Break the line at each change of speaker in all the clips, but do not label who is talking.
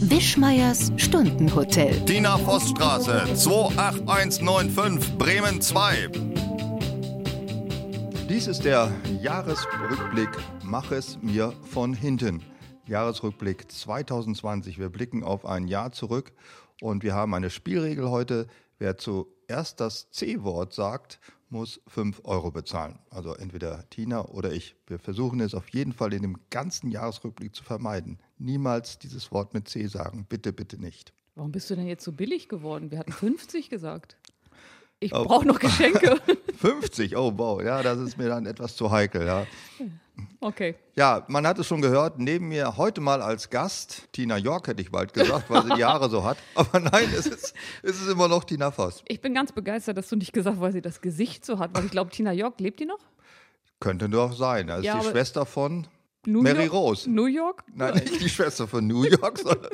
Wischmeiers Stundenhotel.
Tina Vossstraße 28195 Bremen 2. Dies ist der Jahresrückblick Mach es mir von hinten. Jahresrückblick 2020. Wir blicken auf ein Jahr zurück und wir haben eine Spielregel heute. Wer zuerst das C-Wort sagt, muss 5 Euro bezahlen. Also entweder Tina oder ich. Wir versuchen es auf jeden Fall in dem ganzen Jahresrückblick zu vermeiden. Niemals dieses Wort mit C sagen. Bitte, bitte nicht.
Warum bist du denn jetzt so billig geworden? Wir hatten 50 gesagt. Ich
Oh.
brauche noch Geschenke.
50, oh wow, ja, das ist mir dann etwas zu heikel. Ja.
Okay.
ja, man hat es schon gehört, neben mir heute mal als Gast, Tina York hätte ich bald gesagt, weil sie die Haare so hat. Aber nein, es ist, es ist immer noch Tina Voss.
Ich bin ganz begeistert, dass du nicht gesagt hast, weil sie das Gesicht so hat. Weil ich glaube, Tina York, lebt die noch?
Könnte doch sein. Das ist
Ja,
die
aber-
Schwester von
New
Mary
York?
Rose.
New York?
Nein, nicht die Schwester von New York, sondern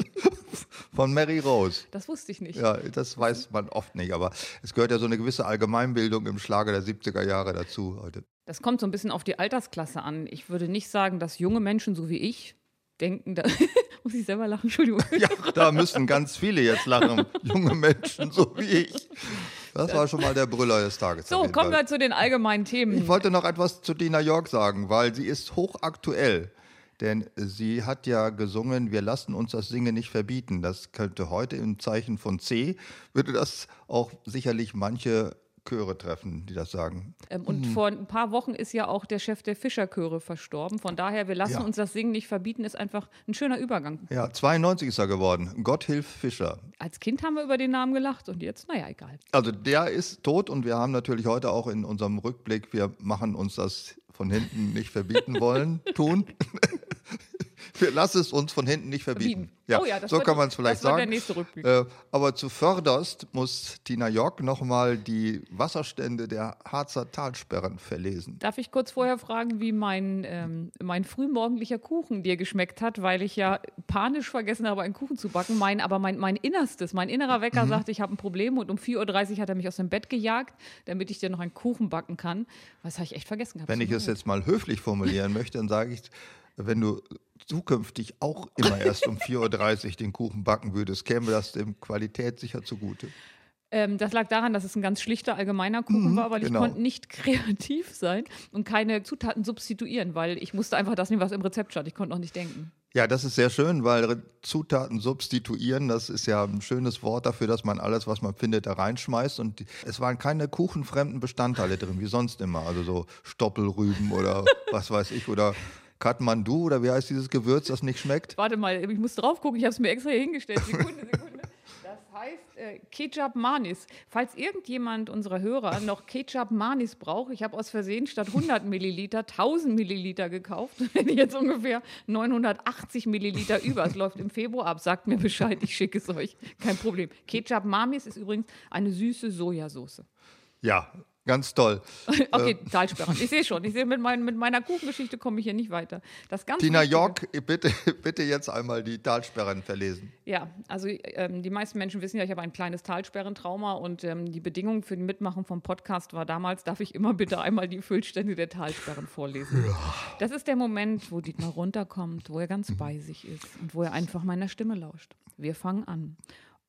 von Mary Rose.
Das wusste ich nicht.
Ja, das weiß man oft nicht, aber es gehört ja so eine gewisse Allgemeinbildung im Schlager der 70er Jahre dazu heute.
Das kommt so ein bisschen auf die Altersklasse an. Ich würde nicht sagen, dass junge Menschen so wie ich denken, da muss ich selber lachen, Entschuldigung.
Ja, da müssen ganz viele jetzt lachen, junge Menschen, so wie ich. Das war schon mal der Brüller des Tages. auf
So,
jeden
kommen
Fall.
wir zu den allgemeinen Themen.
Ich wollte noch etwas zu Dina York sagen, weil sie ist hochaktuell. Denn sie hat ja gesungen, wir lassen uns das Singen nicht verbieten. Das könnte heute im Zeichen von C, würde das auch sicherlich manche Chöre treffen, die das sagen.
Ähm, und
Mhm.
vor ein paar Wochen ist ja auch der Chef der Fischerchöre verstorben. Von daher, wir lassen
Ja.
uns das Singen nicht verbieten, ist einfach ein schöner Übergang.
Ja, 92 ist er geworden. Gott hilf Fischer.
Als Kind haben wir über den Namen gelacht und jetzt, naja, egal.
Also der ist tot und wir haben natürlich heute auch in unserem Rückblick, wir machen uns das von hinten nicht verbieten wollen, tun. wir lassen es uns von hinten nicht verbieten.
Verbieten. Oh ja, das
so
wird-
kann man es vielleicht
das wird
sagen.
der nächste Rückblick.
Äh, aber zuvörderst muss Tina Jock nochmal die Wasserstände der Harzer Talsperren verlesen.
Darf ich kurz vorher fragen, wie mein, ähm, mein frühmorgendlicher Kuchen dir geschmeckt hat, weil ich ja panisch vergessen habe, einen Kuchen zu backen. Mein, aber mein, mein Innerstes, mein innerer
Mhm.
Wecker sagte, ich habe ein Problem und um 4.30 Uhr hat er mich aus dem Bett gejagt, damit ich dir noch einen Kuchen backen kann. Was habe ich echt vergessen gehabt?
Wenn ich es jetzt mal höflich formulieren möchte, dann sage ich, wenn du zukünftig auch immer erst um 4.30 Uhr den Kuchen backen würdest, käme das dem Qualität sicher zugute.
Ähm, das lag daran, dass es ein ganz schlichter allgemeiner Kuchen war, weil
genau.
ich konnte nicht kreativ sein und keine Zutaten substituieren, weil ich musste einfach das nehmen, was im Rezept stand. Ich konnte noch nicht denken.
Ja, das ist sehr schön, weil Re- Zutaten substituieren, das ist ja ein schönes Wort dafür, dass man alles, was man findet, da reinschmeißt. Und die- es waren keine kuchenfremden Bestandteile drin, wie sonst immer. Also so Stoppelrüben oder was weiß ich oder Kathmandu oder wie heißt dieses Gewürz, das nicht schmeckt?
Warte mal, ich muss drauf gucken, ich habe es mir extra hier hingestellt. Sekunde, Sekunde. Das heißt äh, Ketchup Manis. Falls irgendjemand unserer Hörer noch Ketchup Manis braucht, ich habe aus Versehen statt 100 Milliliter 1000 Milliliter gekauft. Wenn ich jetzt ungefähr 980 Milliliter über, es läuft im Februar ab, sagt mir Bescheid, ich schicke es euch. Kein Problem. Ketchup Manis ist übrigens eine süße Sojasauce.
Ja, ganz toll.
Okay,
Äh.
Talsperren. Ich sehe schon. Ich sehe, mit, mein, mit meiner Kuchengeschichte komme ich hier nicht weiter. Das ganz
Tina
Wichtige-
York, bitte, bitte jetzt einmal die Talsperren verlesen.
Ja, also ähm, die meisten Menschen wissen ja, ich habe ein kleines Talsperrentrauma und ähm, die Bedingung für den Mitmachen vom Podcast war damals, darf ich immer bitte einmal die Füllstände der Talsperren vorlesen. Das ist der Moment, wo Dietmar runterkommt, wo er ganz bei sich ist und wo er einfach meiner Stimme lauscht. Wir fangen an.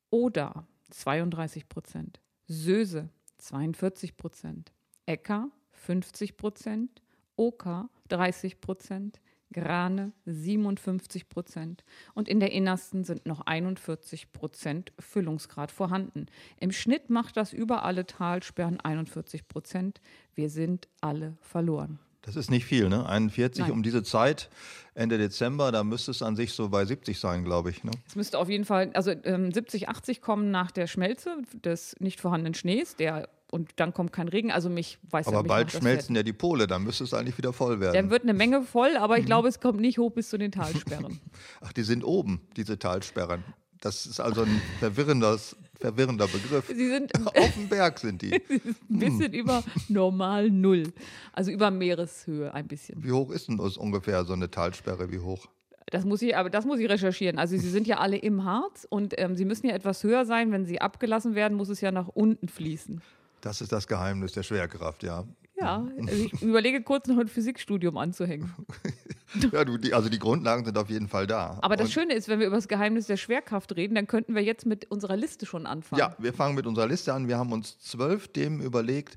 Oder 32 Prozent, Söse 42 Prozent, Ecker 50 Prozent, Oka 30 Prozent, Grane 57 Prozent und in der Innersten sind noch 41 Prozent Füllungsgrad vorhanden. Im Schnitt macht das über alle Talsperren 41 Prozent. Wir sind alle verloren.
Das ist nicht viel, ne? 41
Nein.
um diese Zeit, Ende Dezember, da müsste es an sich so bei 70 sein, glaube ich. Ne?
Es müsste auf jeden Fall, also ähm, 70, 80 kommen nach der Schmelze des nicht vorhandenen Schnees, der und dann kommt kein Regen. Also mich weiß ja,
Aber
mich
bald
macht das
schmelzen ja die Pole, dann müsste es eigentlich wieder voll werden.
Dann wird eine Menge voll, aber
Mhm.
ich glaube, es kommt nicht hoch bis zu den Talsperren.
Ach, die sind oben, diese Talsperren. Das ist also ein verwirrendes, verwirrender Begriff.
Sie sind
Auf dem Berg sind die.
ein
Mhm.
bisschen über normal Null, also über Meereshöhe ein bisschen.
Wie hoch ist denn das ungefähr so eine Talsperre? Wie hoch?
Das muss ich, aber das muss ich recherchieren. Also sie sind ja alle im Harz und ähm, sie müssen ja etwas höher sein. Wenn sie abgelassen werden, muss es ja nach unten fließen.
Das ist das Geheimnis der Schwerkraft, ja.
Ja, also ich überlege kurz noch ein Physikstudium anzuhängen.
Ja, du, die, also die Grundlagen sind auf jeden Fall da.
Aber das
Und-
Schöne ist, wenn wir über das Geheimnis der Schwerkraft reden, dann könnten wir jetzt mit unserer Liste schon anfangen.
Ja, wir fangen mit unserer Liste an. Wir haben uns zwölf Themen überlegt,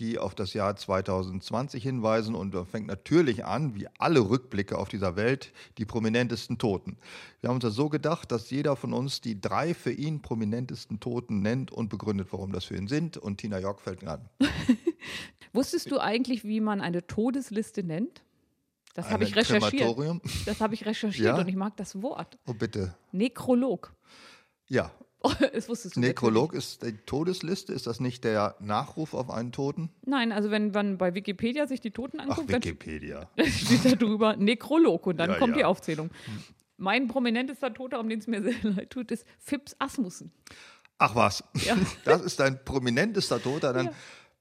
die auf das Jahr 2020 hinweisen. Und da fängt natürlich an, wie alle Rückblicke auf dieser Welt, die prominentesten Toten. Wir haben uns das so gedacht, dass jeder von uns die drei für ihn prominentesten Toten nennt und begründet, warum das für ihn sind. Und Tina York fällt mir an.
Wusstest du eigentlich, wie man eine Todesliste nennt? Das habe
Ein
ich recherchiert.
Krematorium.
Das habe ich recherchiert
Ja?
und ich mag das Wort.
Oh, bitte.
Nekrolog.
Ja,
Das wusstest du
Nekrolog ist die Todesliste. Ist das nicht der Nachruf auf einen Toten?
natürlich. Nein, also wenn man bei Wikipedia sich die Toten
Ach,
anguckt, dann
Wikipedia.
steht da drüber Nekrolog und dann
Ja,
kommt
ja.
die Aufzählung. Mein prominentester Toter, um den es mir sehr leid tut, ist Fips Asmussen.
Ach was,
Ja.
das ist dein prominentester Toter. Dann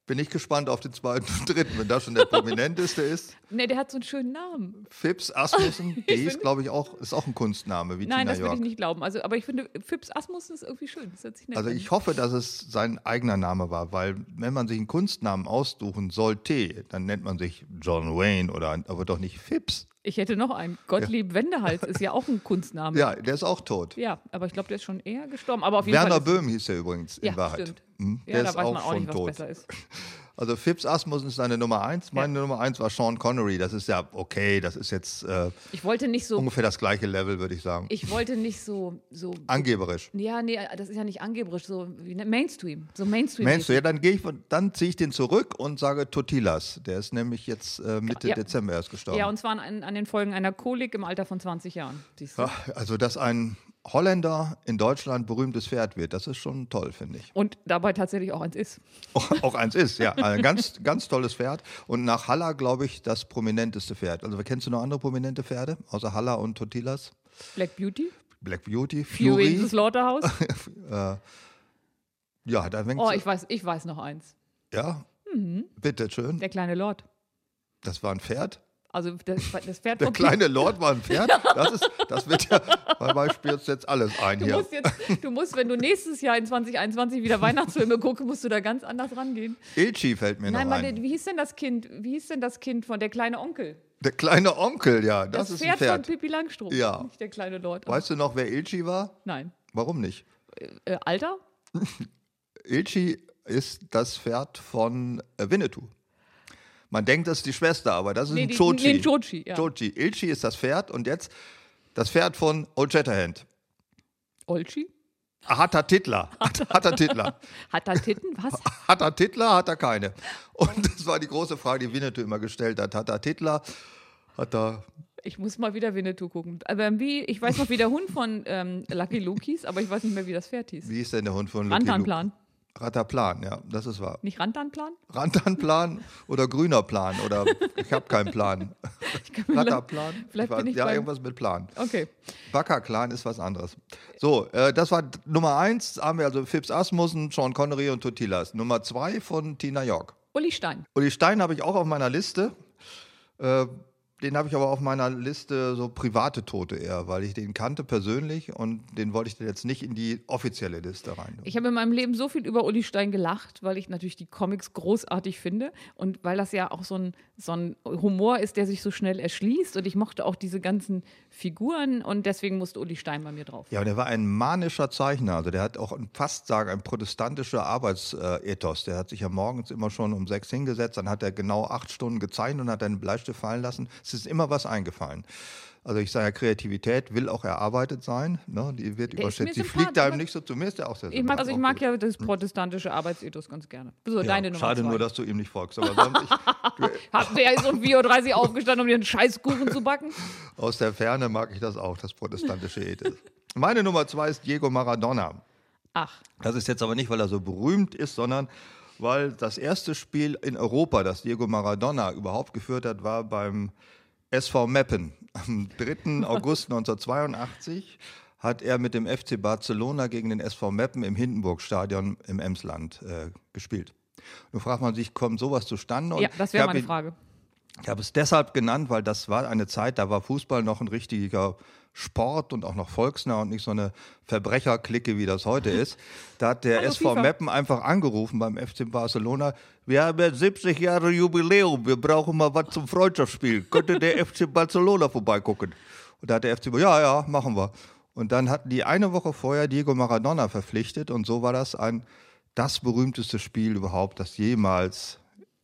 bin ich gespannt auf den zweiten und dritten. Wenn das schon der prominenteste ist,
Ne, der hat so einen schönen Namen.
Phipps Asmussen, die ist, glaube ich, auch, ist auch ein Kunstname wie
Nein,
Tina
das würde
York.
ich nicht glauben. Also, aber ich finde, Fips Asmussen ist irgendwie schön. Das hört sich nett
Also
an.
ich hoffe, dass es sein eigener Name war, weil wenn man sich einen Kunstnamen aussuchen sollte, dann nennt man sich John Wayne oder aber doch nicht Phipps.
ich hätte noch einen. Gottlieb Wendehals ist ja auch ein Kunstname.
Ja, der ist auch tot.
Ja, aber ich glaube, der ist schon eher gestorben. Aber auf jeden
Werner
Fall ist,
Böhm hieß er übrigens in
ja,
Wahrheit.
Stimmt.
Hm,
Ja, da weiß man auch nicht, was
tot.
besser ist.
Also Phipps Asmussen ist seine Nummer eins. Meine Nummer eins war Sean Connery. Das ist ja okay, das ist jetzt äh,
Ich wollte nicht so,
ungefähr das gleiche Level, würde ich sagen.
ich wollte nicht so, so.
Angeberisch.
Ja, nee, das ist ja nicht angeberisch, so wie ne, Mainstream. So Mainstream.
Meinst du, ja, dann gehe ich von, dann ziehe ich den zurück und sage Totilas. Der ist nämlich jetzt äh, Mitte
Ja.
Dezember erst gestorben.
Ja, und zwar an, an den Folgen einer Kolik im Alter von 20 Jahren. Siehst du.
Ja, also, dass ein Holländer in Deutschland berühmtes Pferd wird, das ist schon toll, finde ich.
Und dabei tatsächlich auch eins ist.
Auch, auch eins ist, ja. Ein ganz, ganz tolles Pferd. Und nach Haller, glaube ich, das prominenteste Pferd. Also, kennst du noch andere prominente Pferde außer Haller und Totilas?
Black Beauty,
Black Beauty,
Fury in
Fury.
the Slaughterhouse.
Ja, da fängt
Oh, ich weiß, ich weiß noch eins.
Ja. Bitte schön.
Der kleine Lord.
Das war ein Pferd.
Also das, das Pferd
Der
vom
kleine Lord war ein Pferd. Das, ist, das wird ja, weil man spürt jetzt alles ein
Du
hier.
musst jetzt, du musst, wenn du nächstes Jahr in 2021 wieder Weihnachtsfilme guckst, musst du da ganz anders rangehen.
Ilchi fällt mir
Nein,
noch
meine,
ein.
wie hieß denn das Kind? Wie hieß denn das Kind von der kleine Onkel?
Der kleine Onkel, ja, das, ist ein
von
Pferd.
Pippi Langstrumpf.
Ja.
Nicht der kleine Lord.
Weißt du noch, wer Ilchi war?
Nein.
Warum nicht?
Äh, Alter?
Ilchi ist das Pferd von äh, Winnetou. Man denkt, das ist die Schwester, aber das ist
Nee,
ein
die-
Chochi.
nee, ein Chochi, ja.
Chochi. Ilchi ist das Pferd und jetzt das Pferd von Old Shatterhand.
Olchi?
Hatter Titler. Hatter Titler.
Hat er Titten? Was?
Hat er Titler, hat er keine. Und das war die große Frage, die Winnetou immer gestellt hat. Hat er Titler, hat er...
Ich muss mal wieder Winnetou gucken. Aber wie, ich weiß noch, wie der Hund von ähm, Lucky Luke hieß, aber ich weiß nicht mehr, wie das Pferd hieß.
Wie ist denn der Hund von Lucky Luke?
Rantanplan.
Ratterplan, ja, das ist wahr.
Nicht Rantanplan?
Rantanplan oder grüner Plan oder ich habe keinen Plan. Ratterplan?
Vielleicht
Ich weiß-
bin ich
ja,
beim-
irgendwas mit Plan.
Okay.
Backerclan ist was anderes. So, äh, das war d- Nummer eins. Haben wir also Phipps Asmussen, Sean Connery und Totilas. Nummer zwei von Tina York.
Uli Stein.
Uli Stein habe ich auch auf meiner Liste. Äh, den habe ich aber auf meiner Liste so private Tote eher, weil ich den kannte persönlich und den wollte ich jetzt nicht in die offizielle Liste rein.
Ich habe in meinem Leben so viel über Uli Stein gelacht, weil ich natürlich die Comics großartig finde und weil das ja auch so ein, so ein Humor ist, der sich so schnell erschließt. Und ich mochte auch diese ganzen Figuren und deswegen musste Uli Stein bei mir drauf.
Ja, und er war ein manischer Zeichner. Also der hat auch ein- fast sagen, ein protestantischer Arbeitsethos. Der hat sich ja morgens immer schon um sechs hingesetzt, dann hat er genau acht Stunden gezeichnet und hat einen Bleistift fallen lassen. Es ist immer was eingefallen. Also ich sage ja, Kreativität will auch erarbeitet sein. Ne? Die wird
ist mir
überschätzt. Die
sympathisch,
fliegt einem
aber-
nicht so zu. Mir ist der auch sehr
Ich mag, also ich
sympathisch.
mag ja das protestantische Arbeitsethos ganz gerne. So,
Ja,
deine Nummer
Schade
zwei.
nur, dass du ihm nicht folgst. Aber sonst ich,
Habt ihr so um 4.30 Uhr aufgestanden, um dir einen Scheißkuchen zu backen?
aus der Ferne mag ich das auch, das protestantische Ethos. Meine Nummer zwei ist Diego Maradona.
Ach,
Das ist jetzt aber nicht, weil er so berühmt ist, sondern weil das erste Spiel in Europa, das Diego Maradona überhaupt geführt hat, war beim SV Meppen. Am 3. August 1982 hat er mit dem FC Barcelona gegen den SV Meppen im Hindenburg-Stadion im Emsland äh, gespielt. Nun fragt man sich, kommt sowas zustande? Und
ja, das
ich
wäre
hab
meine
ihn-
Frage.
Ich habe es deshalb genannt, weil das war eine Zeit, da war Fußball noch ein richtiger Sport und auch noch volksnah und nicht so eine Verbrecherklicke, wie das heute ist. Da hat der
Hallo,
SV
FIFA.
Meppen einfach angerufen beim FC Barcelona. Wir haben ja 70 Jahre Jubiläum, wir brauchen mal was zum Freundschaftsspiel. Könnte der FC Barcelona vorbeigucken? Und da hat der FC, ja, ja, machen wir. Und dann hatten die eine Woche vorher Diego Maradona verpflichtet und so war das ein das berühmteste Spiel überhaupt, das jemals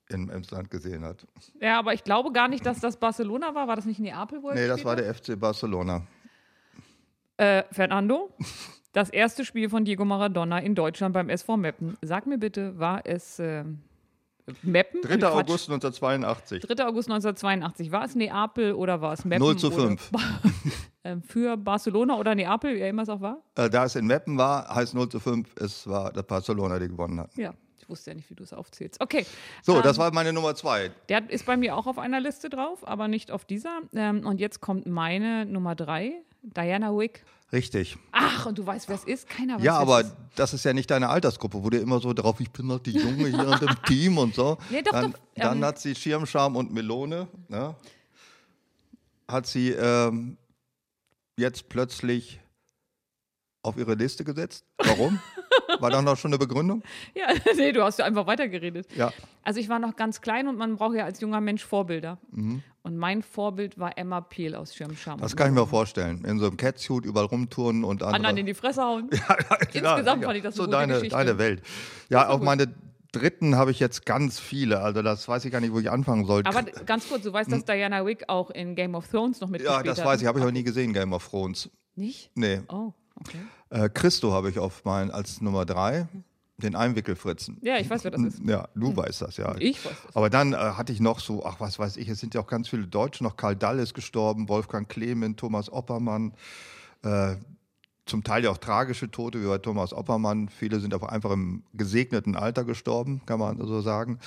in Emsland gesehen hat.
Ja, aber ich glaube gar nicht, dass das Barcelona war. War das nicht Neapel, wo er
Nee, das
gespielt
war
hat?
der FC Barcelona.
Äh, Fernando, das erste Spiel von Diego Maradona in Deutschland beim SV Meppen. Sag mir bitte, war es äh, Meppen?
3.
Quatsch.
August 1982.
3. August 1982. War es Neapel oder war es Meppen?
0 zu
oder-
5.
Äh, für Barcelona oder Neapel, wie er immer es auch war?
Äh, da es in Meppen war, heißt 0 zu 5, es war der Barcelona, der gewonnen hat.
Ja, ich wusste ja nicht, wie du es aufzählst. Okay.
So,
Ähm,
das war meine Nummer 2.
Der ist bei mir auch auf einer Liste drauf, aber nicht auf dieser. Ähm, und jetzt kommt meine Nummer drei, Diana Wick.
Richtig.
Ach, und du weißt, wer es ist? Keiner weiß.
Ja,
wer es
aber
Ist.
das ist ja nicht deine Altersgruppe, wo du immer so drauf, ich bin noch die Junge hier in dem Team und so.
Nee, doch,
dann
doch,
dann
ähm,
hat sie Schirmscham und Melone. Ne? Hat sie ähm, jetzt plötzlich auf ihre Liste gesetzt. Warum? War da noch schon eine Begründung?
Ja, nee, du hast ja einfach weitergeredet.
Ja.
Also ich war noch ganz klein und man braucht ja als junger Mensch Vorbilder.
Mhm.
Und mein Vorbild war Emma Peel aus Schirmscham.
Das kann ich mir vorstellen. In so einem Catsuit überall rumtouren und andere.
Anderen in die Fresse hauen.
Klar,
Insgesamt
ja.
fand ich das
so
eine gute
deine,
Geschichte.
deine Welt. Ja, auch
gut.
meine dritten habe ich jetzt ganz viele. Also das weiß ich gar nicht, wo ich anfangen sollte.
Aber d- ganz kurz, du weißt, dass Diana Wick auch in Game of Thrones noch mitgespielt
Hm. ja,
hat. ne?
das weiß ich. Habe ich noch nie gesehen, Game of Thrones.
Nicht?
Nee.
Oh, okay.
Äh, Christo habe ich auf meinen als Nummer drei. Den Einwickelfritzen.
Mhm. Ja, ich weiß, wer das ist.
Ja, du weißt das, ja.
Ich weiß das.
Aber dann äh, hatte ich noch so, ach was weiß ich, es sind ja auch ganz viele Deutsche, noch Karl Dall ist gestorben, Wolfgang Clement, Thomas Oppermann, äh, zum Teil ja auch tragische Tote wie bei Thomas Oppermann. Viele sind aber einfach im gesegneten Alter gestorben, kann man so sagen.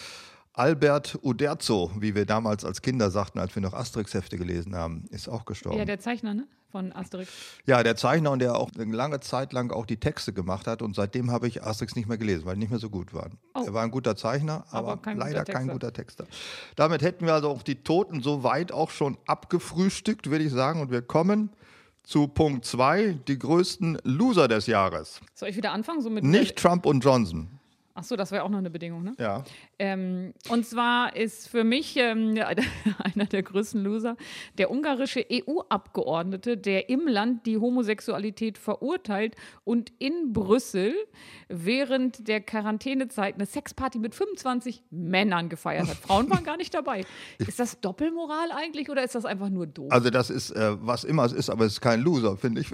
Albert Uderzo, wie wir damals als Kinder sagten, als wir noch Asterix-Hefte gelesen haben, ist auch gestorben.
Ja, der Zeichner, ne? Von Asterix.
Ja, der Zeichner und der auch eine lange Zeit lang auch die Texte gemacht hat. Und seitdem habe ich Asterix nicht mehr gelesen, weil die nicht mehr so gut waren.
Oh.
Er war ein guter Zeichner, aber,
Aber kein
leider
guter
kein
Texter.
guter Texter. Damit hätten wir also auch die Toten soweit auch schon abgefrühstückt, würde ich sagen. Und wir kommen zu Punkt 2, die größten Loser des Jahres.
Soll ich wieder anfangen? So mit
Nicht Trump und Johnson.
Achso, das war ja auch noch eine Bedingung, ne?
Ja.
Ähm, und zwar ist für mich ähm, ja, einer der größten Loser der ungarische EU-Abgeordnete, der im Land die Homosexualität verurteilt und in Brüssel während der Quarantänezeit eine Sexparty mit 25 Männern gefeiert hat. Frauen waren gar nicht dabei. Ist das Doppelmoral eigentlich oder ist das einfach nur doof?
Also das ist, äh, was immer es ist, aber es ist kein Loser, finde ich.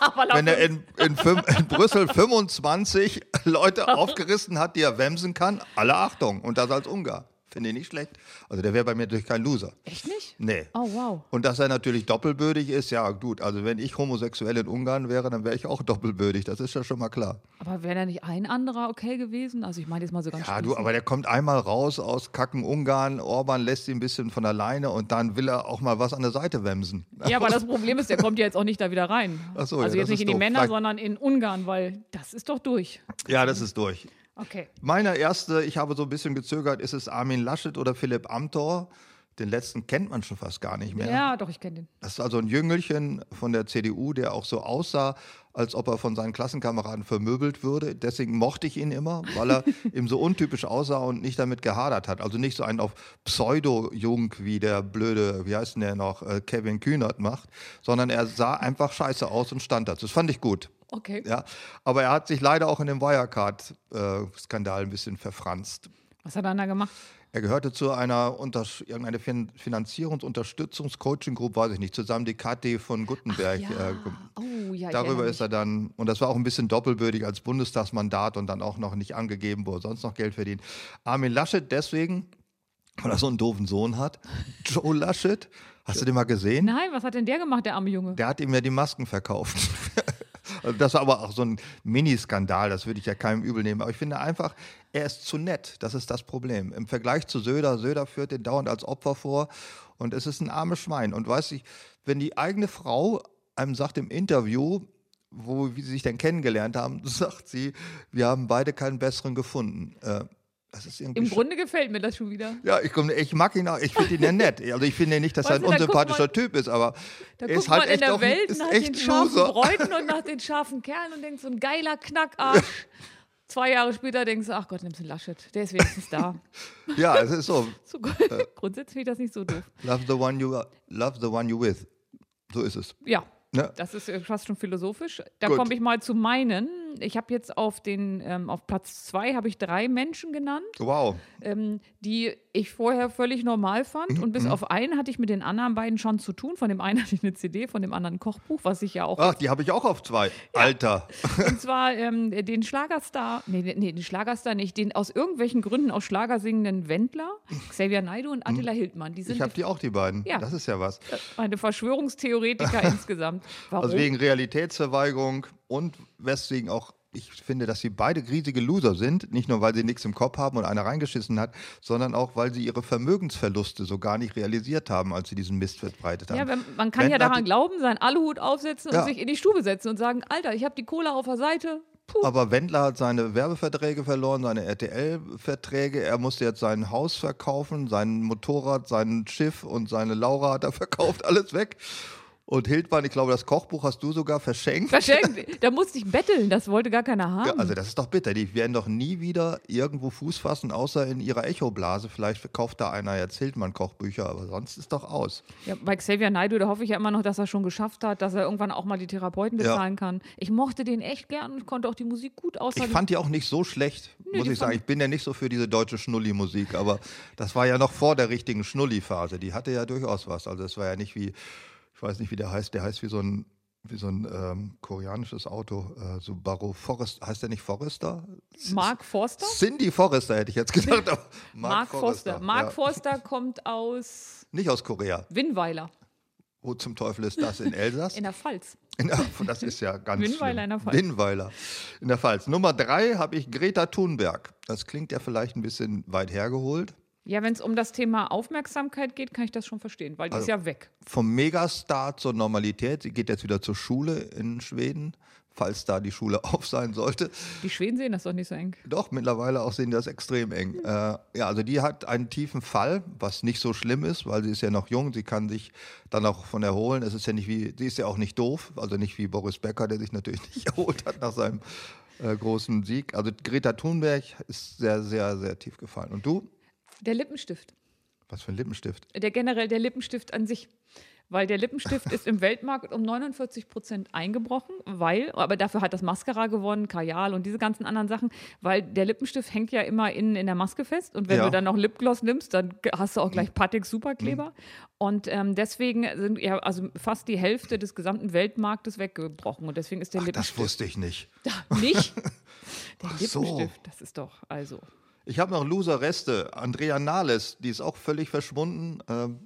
Aber
Wenn er in, in, fün- in Brüssel 25 Leute aufgerissen hat, die er wemsen kann, alle Achtung. Und das als Ungar. Finde ich nicht schlecht. Also der wäre bei mir natürlich kein Loser.
Echt nicht?
Nee.
Oh, wow.
Und dass er natürlich doppelbödig ist, ja gut. Also wenn ich homosexuell in Ungarn wäre, dann wäre ich auch doppelbödig. Das ist ja schon mal klar.
Aber wäre da nicht ein anderer okay gewesen? Also ich meine jetzt mal so ganz
Ja, du,
spießig.
aber der kommt einmal raus aus Kacken Ungarn. Orban lässt ihn ein bisschen von alleine und dann will er auch mal was an der Seite wemsen.
Ja, aber das Problem ist, der kommt ja jetzt auch nicht da wieder rein.
Ach so, ja,
also
das
jetzt nicht
ist
in die
doof.
Männer,
Vielleicht-
sondern in Ungarn, weil das ist doch durch.
Ja, das ist durch.
Okay.
Meine erste, ich habe so ein bisschen gezögert, ist es Armin Laschet oder Philipp Amthor? Den letzten kennt man schon fast gar nicht mehr.
Ja, doch, ich kenne den.
Das ist also ein Jüngelchen von der CDU, der auch so aussah, als ob er von seinen Klassenkameraden vermöbelt würde. Deswegen mochte ich ihn immer, weil er eben so untypisch aussah und nicht damit gehadert hat. Also nicht so einen auf Pseudo-Jung wie der blöde, wie heißt denn der noch, äh, Kevin Kühnert macht, sondern er sah einfach scheiße aus und stand dazu. Das fand ich gut.
Okay.
Ja, aber er hat sich leider auch in dem Wirecard-Skandal äh, ein bisschen verfranst.
Was hat er denn da gemacht?
Er gehörte zu einer Untersch irgendeine fin Finanzierungs-, Unterstützungs-, Coaching Group, weiß ich nicht, zusammen die KT von Gutenberg. äh, ge-
Oh, ja, ich
Darüber
erinnere
ist er dann, und das war auch ein bisschen doppelbürdig als Bundestagsmandat und dann auch noch nicht angegeben, wo er sonst noch Geld verdient. Armin Laschet deswegen, weil er so einen doofen Sohn hat. Joe Laschet, hast du den mal gesehen?
mich. Nein, was hat denn der gemacht, der arme Junge?
Der hat ihm ja die Masken verkauft. Also Das war aber auch so ein Mini-Skandal, das würde ich ja keinem übel nehmen. Aber ich finde einfach, er ist zu nett. Das ist das Problem. Im Vergleich zu Söder, Söder führt den dauernd als Opfer vor und es ist ein armes Schwein. Und weiß ich, wenn die eigene Frau einem sagt im Interview, wo wie sie sich denn kennengelernt haben, sagt sie, wir haben beide keinen besseren gefunden. Äh, Das ist irgendwie
Im
sch-
Grunde gefällt mir das schon wieder.
Ja, ich, komm- ich mag ihn auch. Ich finde ihn ja nett. Also ich finde nicht, dass er ein
Weißt du, da guckt
unsympathischer
man-
Typ ist, aber
Da
er
guckt
ist halt
man
echt
in der
auch, ein-
Welt
ist
nach
echt
den scharfen
Schuser.
Bräuten und nach den scharfen Kerlen und denkt, so ein geiler Knackarsch. Zwei Jahre später denkst du, ach Gott, nimmst du Laschet, der ist wenigstens da.
Ja, es ist so.
So, grundsätzlich finde ich das nicht so doof.
Love the one you love the one you with. So ist es.
Ja,
Ne?
das ist äh, fast schon philosophisch. Da
Gut.
komme ich mal zu meinen. Ich habe jetzt auf den, ähm, auf Platz zwei habe ich drei Menschen genannt.
Wow.
ähm, die ich vorher völlig normal fand.
Mhm,
Und bis auf einen hatte ich mit den anderen beiden schon zu tun. Von dem einen hatte ich eine CD, von dem anderen ein Kochbuch, was ich ja auch.
Ach, die habe ich auch auf zwei. Alter.
Und zwar ähm, den Schlagerstar, nee, nee, nee, den Schlagerstar nicht, den aus irgendwelchen Gründen aus Schlager singenden Wendler, Xavier Naidoo und Attila Hildmann. Die
Mhm. Ich
sind
habe die auch, die beiden.
Ja.
Das ist ja was.
eine Verschwörungstheoretiker insgesamt. Warum?
Also wegen Realitätsverweigerung und weswegen auch, ich finde, dass sie beide riesige Loser sind. Nicht nur, weil sie nichts im Kopf haben und einer reingeschissen hat, sondern auch, weil sie ihre Vermögensverluste so gar nicht realisiert haben, als sie diesen Mist verbreitet haben.
ja, wenn, man kann ja
Wendler hat
daran
die-
glauben, seinen Aluhut aufsetzen
Ja.
und sich in die Stube setzen und sagen, Alter, ich habe die Cola auf der Seite. Puh,
Aber Wendler hat seine Werbeverträge verloren, seine RTL-Verträge. Er musste jetzt sein Haus verkaufen, sein Motorrad, sein Schiff und seine Laura hat er verkauft, alles weg. Und Hildmann, ich glaube, das Kochbuch hast du sogar verschenkt.
verschenkt. da musste ich betteln, das wollte gar keiner haben.
Ja, also das ist doch bitter. Die werden doch nie wieder irgendwo Fuß fassen, außer in ihrer Echoblase. Vielleicht verkauft da einer jetzt Hildmann Kochbücher, aber sonst ist doch aus.
Ja, bei Xavier Naidoo, da hoffe ich ja immer noch, dass er schon geschafft hat, dass er irgendwann auch mal die Therapeuten
Ja.
bezahlen kann. Ich mochte den echt gern und konnte auch die Musik gut
Ich
aushalten.
fand die auch nicht so schlecht, muss
die
ich sagen.
fand-
Ich bin ja nicht so für diese deutsche Schnulli-Musik, aber das war ja noch vor der richtigen Schnulli-Phase. Die hatte ja durchaus was. Also es war ja nicht wie, ich weiß nicht, wie der heißt, der heißt wie so ein, wie so ein ähm, koreanisches Auto, äh, Subaru Forest, heißt der nicht Forrester?
Mark Forster?
Cindy Forrester hätte ich jetzt gedacht. aber Mark,
Forster. Mark
ja.
Forster kommt aus
Nicht aus Korea.
Winnweiler
Wo zum Teufel ist das? In Elsass?
in der Pfalz.
In der, das ist ja ganz
Winnweiler
schlimm.
in der Pfalz.
Winnweiler in der Pfalz. Nummer drei habe ich Greta Thunberg. Das klingt ja vielleicht ein bisschen weit hergeholt.
Ja, wenn es um das Thema Aufmerksamkeit geht, kann ich das schon verstehen, weil die
Also
ist ja weg.
Vom Megastar zur Normalität. Sie geht jetzt wieder zur Schule in Schweden, falls da die Schule auf sein sollte.
Die Schweden sehen das doch nicht so eng.
Doch, mittlerweile auch sehen die das extrem eng. Äh, ja, also die hat einen tiefen Fall, was nicht so schlimm ist, weil sie ist ja noch jung, sie kann sich dann auch von erholen. Es ist ja nicht wie, sie ist ja auch nicht doof, also nicht wie Boris Becker, der sich natürlich nicht erholt hat nach seinem äh, großen Sieg. Also Greta Thunberg ist sehr, sehr, sehr tief gefallen. Und du?
Der Lippenstift.
Was für ein Lippenstift.
der generell der Lippenstift an sich. Weil der Lippenstift ist im Weltmarkt um 49 Prozent eingebrochen, weil, aber dafür hat das Mascara gewonnen, Kajal und diese ganzen anderen Sachen, weil der Lippenstift hängt ja immer innen in der Maske fest und wenn
Ja. Mhm.
du dann noch Lipgloss nimmst, dann hast du auch gleich Patek Superkleber. Und ähm, deswegen sind ja also fast die Hälfte des gesamten Weltmarktes weggebrochen und deswegen ist der
Ach, das
Lippenstift
wusste ich nicht.
nicht. Der
so.
Lippenstift, das ist doch, also.
Ich habe noch Loser-Reste. Andrea Nahles, die ist auch völlig verschwunden. Ähm,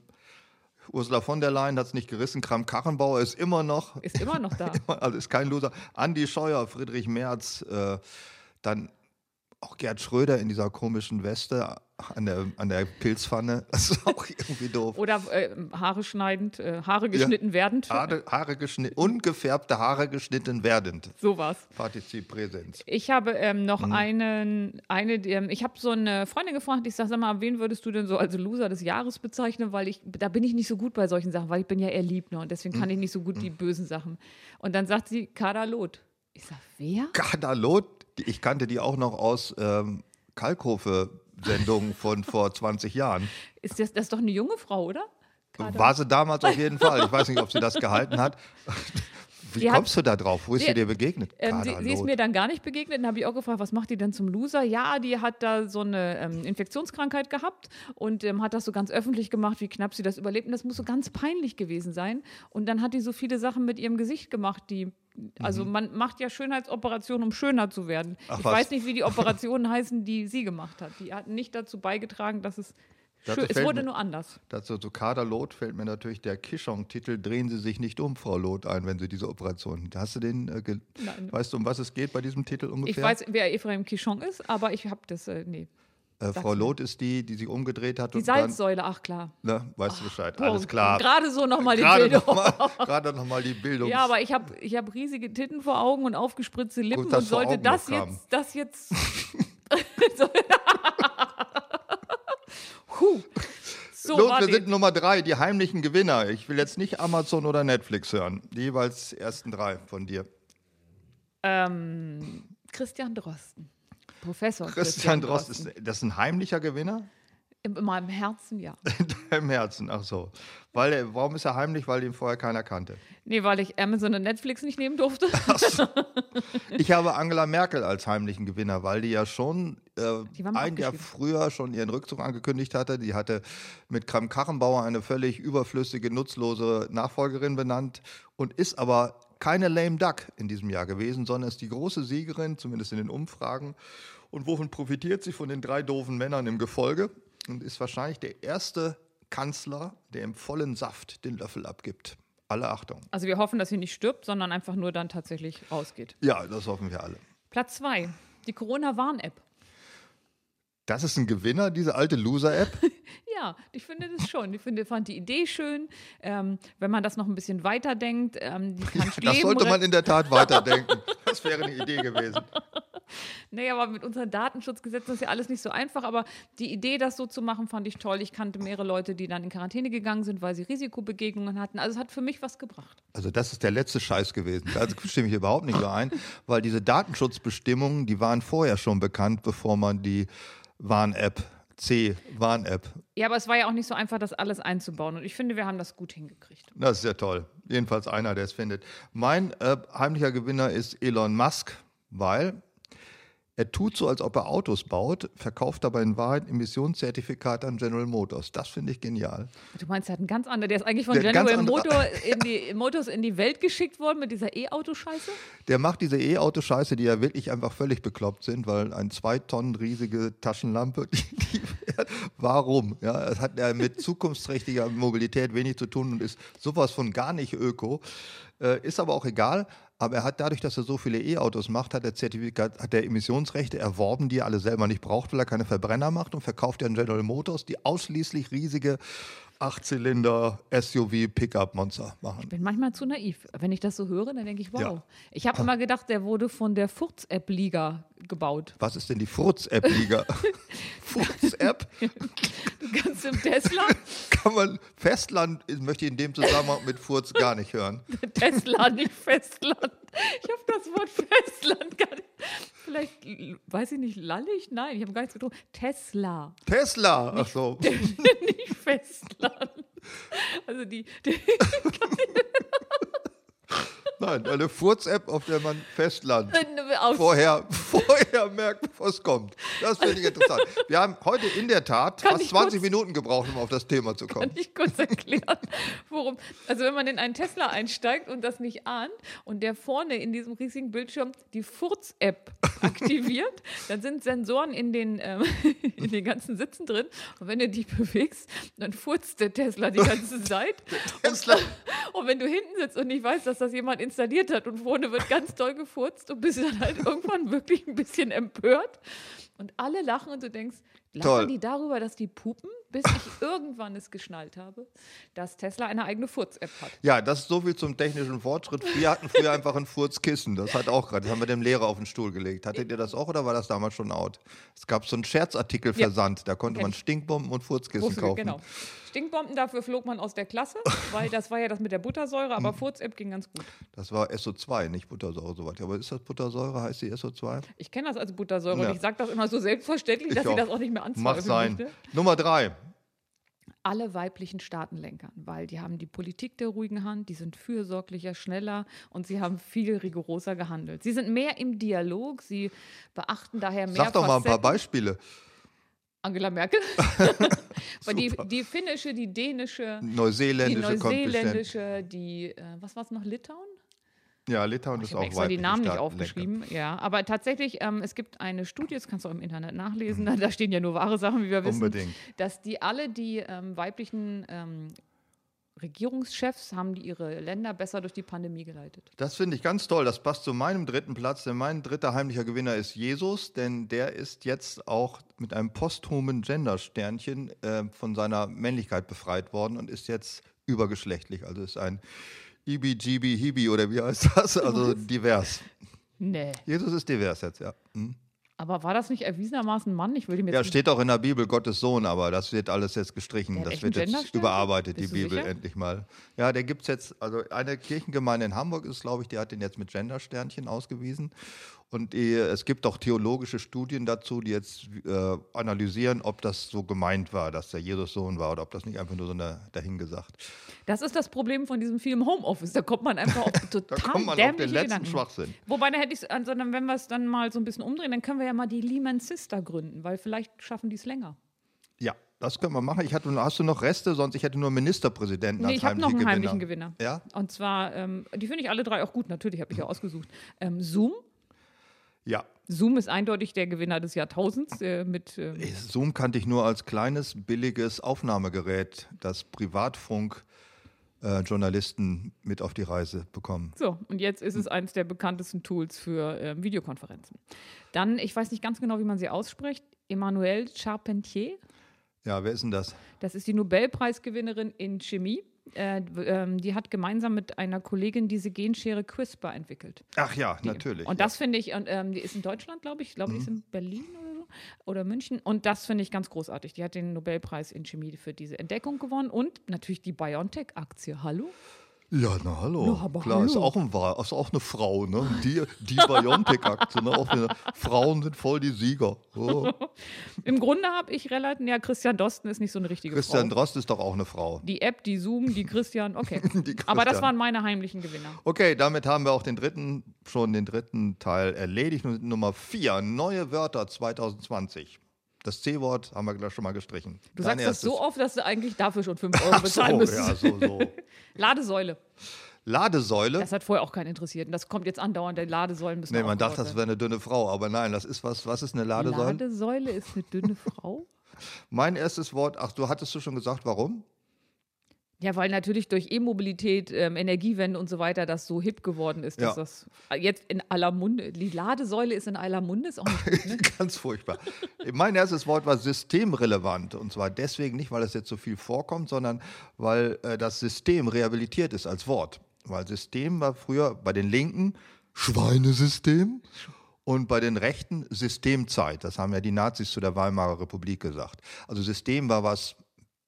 Ursula von der Leyen hat es nicht gerissen. Kram Karrenbauer ist immer noch.
Ist immer noch da.
Also ist kein Loser. Andi Scheuer, Friedrich Merz, äh, dann auch Gerd Schröder in dieser komischen Weste an der, an der Pilzpfanne. Das ist auch irgendwie doof.
Oder äh, Haare schneidend, äh, Haare geschnitten werdend.
Haare, Haare geschnitten, ungefärbte Haare geschnitten werdend.
Sowas.
Partizip Präsens.
Ich habe ähm, noch einen, eine, die, ähm, ich habe so eine Freundin gefragt, ich sage, sag mal, wen würdest du denn so als Loser des Jahres bezeichnen, weil ich, da bin ich nicht so gut bei solchen Sachen, weil ich bin ja eher Liebner und deswegen kann ich nicht so gut die bösen Sachen. Und dann sagt sie, Kader Loth. Ich sage, wer?
Kadalot, die- ich kannte die auch noch aus ähm, Kalkofe-Sendungen von vor 20 Jahren.
Ist das, das ist doch eine junge Frau, oder? Kader-
War sie damals auf jeden Fall. Ich weiß nicht, ob sie das gehalten hat. Wie
Die hat-
kommst du da drauf? Wo ist
die-
sie dir begegnet?
Ähm, sie, sie ist
Kadalot.
mir dann gar nicht begegnet. Dann habe ich auch gefragt, was macht die denn zum Loser? Ja, die hat da so eine ähm, Infektionskrankheit gehabt und ähm, hat das so ganz öffentlich gemacht, wie knapp sie das überlebt. Und das muss so ganz peinlich gewesen sein. Und dann hat die so viele Sachen mit ihrem Gesicht gemacht, die. Also man macht ja Schönheitsoperationen, um schöner zu werden.
Mhm. Ach,
ich
was.
weiß nicht, wie die Operationen heißen, die sie gemacht hat. Die hatten nicht dazu beigetragen, dass es
Dazu
schön Es
fällt
wurde
mir-
nur anders.
Dazu zu Kaderlot fällt mir natürlich der Kishong-Titel Drehen Sie sich nicht um, Frau Loth, ein, wenn Sie diese Operation. Hast du den, äh, ge-
Nein.
weißt du, um was es geht bei diesem Titel ungefähr?
Ich weiß, wer Ephraim Kishon ist, aber ich habe das, äh, nee.
äh,
sag's
Frau
mir.
Loth ist die, die sich umgedreht hat
Die
und dann,
Salzsäule, ach klar.
ne, weißt du Bescheid,
Oh,
alles klar.
Gerade so nochmal die
Gerade
Bilder.
nochmal gerade noch mal die Bildung.
Ja, aber ich habe ich hab riesige Titten vor Augen und aufgespritzte Lippen
Gut, dass
und
vor
sollte
Augen
das
noch haben.
jetzt, das jetzt. Kuh. So,
Los,
war
wir
die.
sind Nummer drei, die heimlichen Gewinner. Ich will jetzt nicht Amazon oder Netflix hören. Die jeweils ersten drei von dir.
ähm, Christian Drosten. Professor
Christian Drost, ist das ein heimlicher Gewinner?
In in meinem Herzen, ja.
In deinem Herzen, ach so. Weil, er- warum ist er heimlich? Weil ihn vorher keiner kannte.
Nee, weil ich Amazon und Netflix nicht nehmen durfte.
Ich habe Angela Merkel als heimlichen Gewinner, weil die ja schon äh,
Die war mal
ein Jahr
abgeschrieben.
früher schon ihren Rückzug angekündigt hatte. Die hatte mit Kram Karrenbauer eine völlig überflüssige, nutzlose Nachfolgerin benannt und ist aber keine lame duck in diesem Jahr gewesen, sondern ist die große Siegerin, zumindest in den Umfragen. Und wovon profitiert sie? Von den drei doofen Männern im Gefolge und ist wahrscheinlich der erste Kanzler, der im vollen Saft den Löffel abgibt. Alle Achtung.
Also wir hoffen, dass sie nicht stirbt, sondern einfach nur dann tatsächlich rausgeht.
Ja, das hoffen wir alle.
Platz zwei, die Corona-Warn-App.
Das ist ein Gewinner, diese alte Loser-App.
Ja, ich finde das schon. Ich finde, fand die Idee schön. Ähm, wenn man das noch ein bisschen weiterdenkt, ähm, die kann
Das
Leben
sollte man
retten.
in der Tat weiterdenken. Das wäre eine Idee gewesen.
Naja, aber mit unseren Datenschutzgesetzen ist ja alles nicht so einfach. Aber die Idee, das so zu machen, fand ich toll. Ich kannte mehrere Leute, die dann in Quarantäne gegangen sind, weil sie Risikobegegnungen hatten. Also es hat für mich was gebracht.
Also das ist der letzte Scheiß gewesen. Da stimme ich überhaupt nicht überein, weil diese Datenschutzbestimmungen, die waren vorher schon bekannt, bevor man die Warn-App, C-Warn-App,
Ja, aber es war ja auch nicht so einfach, das alles einzubauen. Und ich finde, wir haben das gut hingekriegt.
das ist ja toll. Jedenfalls einer, der es findet. Mein äh, heimlicher Gewinner ist Elon Musk, weil er tut so, als ob er Autos baut, verkauft aber in Wahrheit Emissionszertifikate an General Motors. Das finde ich genial.
Du meinst, der hat einen ganz anderen, der ist eigentlich von
Der hat ganz
General
andere-
Motor in die, Motors in die Welt geschickt worden mit dieser E-Auto-Scheiße.
Der macht diese E-Auto-Scheiße, die ja wirklich einfach völlig bekloppt sind, weil ein zwei Tonnen riesige Taschenlampe, die, die warum? Ja, das hat ja mit zukunftsträchtiger Mobilität wenig zu tun und ist sowas von gar nicht öko. Äh, ist aber auch egal. Aber er hat dadurch, dass er so viele E-Autos macht, hat er Zertifikat, hat er Emissionsrechte erworben, die er alle selber nicht braucht, weil er keine Verbrenner macht und verkauft ja an General Motors, die ausschließlich riesige Achtzylinder SUV-Pickup-Monster machen.
bin manchmal zu naiv. Wenn ich das so höre, dann denke ich, wow.
Ja.
Ich habe immer gedacht, der wurde von der Furz-App-Liga gebaut.
Was ist denn die Furz-App-Liga? Furz-App?
Du kannst im Tesla,
Kann man Festland möchte ich in dem Zusammenhang mit Furz gar nicht hören.
Tesla, nicht Festland. Ich habe das Wort Festland gar nicht. Vielleicht, l- weiß ich nicht, lallig? Nein, ich habe gar nichts getrunken. Tesla,
Tesla! Ach so.
nicht Festland. Also die, die
Nein, eine Furz-App, auf der man Festland
aus,
vorher, vorher merkt, bevor es kommt. Das finde ich interessant. Wir haben heute in der Tat
Kann
fast
ich kurz-
20 Minuten gebraucht, um auf das Thema zu kommen.
Kann ich kurz erklären, worum. Also wenn man in einen Tesla einsteigt und das nicht ahnt und der vorne in diesem riesigen Bildschirm die Furz-App aktiviert, dann sind Sensoren in den, ähm, in den ganzen Sitzen drin. Und wenn du dich bewegst, dann furzt der Tesla die ganze Zeit.
Tesla,
Und wenn du hinten sitzt und nicht weißt, dass das jemand installiert hat und vorne wird ganz doll gefurzt und bist dann halt irgendwann wirklich ein bisschen empört und alle lachen und du denkst, lachen
Toll.
die darüber, dass die pupen, bis ich irgendwann es geschnallt habe, dass Tesla eine eigene Furz-App hat.
ja, das ist so viel zum technischen Fortschritt. Wir hatten früher einfach ein Furzkissen. Das hat auch gerade. Das haben wir dem Lehrer auf den Stuhl gelegt. Hattet ihr das auch oder war das damals schon out? Es gab so einen Scherzartikelversand. Da konnte
Kenn
man
ich.
Stinkbomben und Furzkissen
Wusste-
kaufen.
Genau. Stinkbomben, dafür flog man aus der Klasse, weil das war ja das mit der Buttersäure,
Hm.
aber Furz-App ging ganz gut.
Das war SO2, nicht Buttersäure soweit. Aber ist das Buttersäure? Heißt die SO2?
Ich kenne das als Buttersäure
Ja.
und ich sage das immer so selbstverständlich, dass ich,
auch.
das auch nicht ne? mehr
Mach
anzweifeln
sein.
möchte.
Nummer drei.
alle weiblichen Staatenlenkern, weil die haben die Politik der ruhigen Hand, die sind fürsorglicher, schneller und sie haben viel rigoroser gehandelt. Sie sind mehr im Dialog, sie beachten daher mehr
Sag doch mal ein paar
Facetten.
Beispiele.
Angela Merkel. Weil die, die finnische, die dänische, die
Neuseeländische kommt bestimmt.
neuseeländische, die, äh, was war es noch, Litauen?
Ja, Litauen
Oh,
ist
Ich habe
auch
extra
weiblich.
die Namen nicht aufgeschrieben, ja. Aber tatsächlich, ähm, es gibt eine Studie, das kannst du auch im Internet nachlesen, da stehen ja nur wahre Sachen, wie wir wissen.
Mhm. Unbedingt.
dass die alle die ähm, weiblichen ähm, Regierungschefs haben die ihre Länder besser durch die Pandemie geleitet.
Das finde ich ganz toll. Das passt zu meinem dritten Platz, denn mein dritter heimlicher Gewinner ist Jesus, denn der ist jetzt auch mit einem posthumen Gendersternchen äh, von seiner Männlichkeit befreit worden und ist jetzt übergeschlechtlich. Also ist ein IBGB Hibi oder wie heißt das? Also divers.
Nee.
Jesus ist divers jetzt, ja. Hm.
Aber war das nicht erwiesenermaßen ein Mann? Ich würde mir
Ja,
jetzt
steht auch in der Bibel Gottes Sohn, aber das wird alles jetzt gestrichen.
Der hat
das
echt
wird
einen
jetzt
Genderstern?
überarbeitet,
Bist
die
du
Bibel
sicher?
endlich mal. Ja, der gibt es jetzt, also eine Kirchengemeinde in Hamburg ist, glaube ich, die hat den jetzt mit Gendersternchen ausgewiesen. Und die, es gibt auch theologische Studien dazu, die jetzt äh, analysieren, ob das so gemeint war, dass der Jesus Sohn war oder ob das nicht einfach nur so eine, dahingesagt.
Das ist das Problem von diesem Film Homeoffice. Da kommt man einfach auf
Da
total
kommt man auf
dämliche
den letzten
Gedanken.
Schwachsinn.
Wobei, da hätte ich, sondern wenn wir es dann mal so ein bisschen umdrehen, dann können wir ja mal die Lehman Sister gründen, weil vielleicht schaffen die es länger.
Ja, das können wir machen. Ich hatte, hast du noch Reste? Sonst ich hätte nur Ministerpräsidenten
Nee,
als
ich habe noch einen
heimlichen
heimlichen Gewinner.
Ja?
Und zwar, ähm, die finde ich alle drei auch gut, natürlich, habe ich ja ausgesucht. Ähm, Zoom.
Ja.
Zoom ist eindeutig der Gewinner des Jahrtausends äh, mit. ähm,
Zoom kannte ich nur als kleines, billiges Aufnahmegerät, das Privatfunk-Journalisten mit auf die Reise bekommen.
so, und jetzt ist es eines der bekanntesten Tools für ähm, Videokonferenzen. Dann, ich weiß nicht ganz genau, wie man sie ausspricht, Emmanuelle Charpentier.
Ja, wer ist denn das?
Das ist die Nobelpreisgewinnerin in Chemie. Äh, w- ähm, die hat gemeinsam mit einer Kollegin diese Genschere CRISPR entwickelt.
Ach ja, Mhm. natürlich.
Und das finde ich, und ähm, die ist in Deutschland, glaube ich, ich glaube, die ist in Berlin oder so, oder München. Und das finde ich ganz großartig. Die hat den Nobelpreis in Chemie für diese Entdeckung gewonnen und natürlich die BioNTech-Aktie. Hallo?
ja, na hallo.
Na, aber
Klar, Ist,
hallo.
auch ein, Wa- ist auch eine Frau, ne? Die, die Biontech-Aktie, ne? Auch eine, Frauen sind voll die Sieger. Oh.
Im Grunde habe ich relativ, ja, Christian Dosten ist nicht so eine richtige
Christian
Frau.
Drost ist doch auch eine Frau.
Die App, die Zoom, die Christian, okay.
Die
Aber das
Christian.
waren meine heimlichen Gewinner.
Okay, damit haben wir auch den dritten, schon den dritten Teil erledigt. Und Nummer vier, neue Wörter 2020. Das C-Wort haben wir gleich schon mal gestrichen.
Du sagst das so oft, dass du eigentlich dafür schon 5 Euro
so,
bezahlen
ja,
müsstest.
so, so.
Ladesäule.
Ladesäule.
Das hat vorher auch keinen interessiert. Und das kommt jetzt andauernd, der Ladesäulen müssen
Nee, man
aufgebaut
dachte, das
werden.
wäre eine dünne Frau, aber nein, das ist was. Was ist eine Ladesäule?
Ladesäule ist eine dünne Frau.
Mein erstes Wort, ach, du hattest du schon gesagt, warum?
Ja, weil natürlich durch E-Mobilität, ähm, Energiewende und so weiter das so hip geworden ist, dass
Ja.
das jetzt in aller Munde, die Ladesäule ist in aller Munde, ist auch nicht gut, ne?
Ganz furchtbar. mein erstes Wort war systemrelevant. Und zwar deswegen nicht, weil es jetzt so viel vorkommt, sondern weil äh, das System rehabilitiert ist als Wort. Weil System war früher bei den Linken Schweinesystem und bei den Rechten Systemzeit. Das haben ja die Nazis zu der Weimarer Republik gesagt. Also System war was,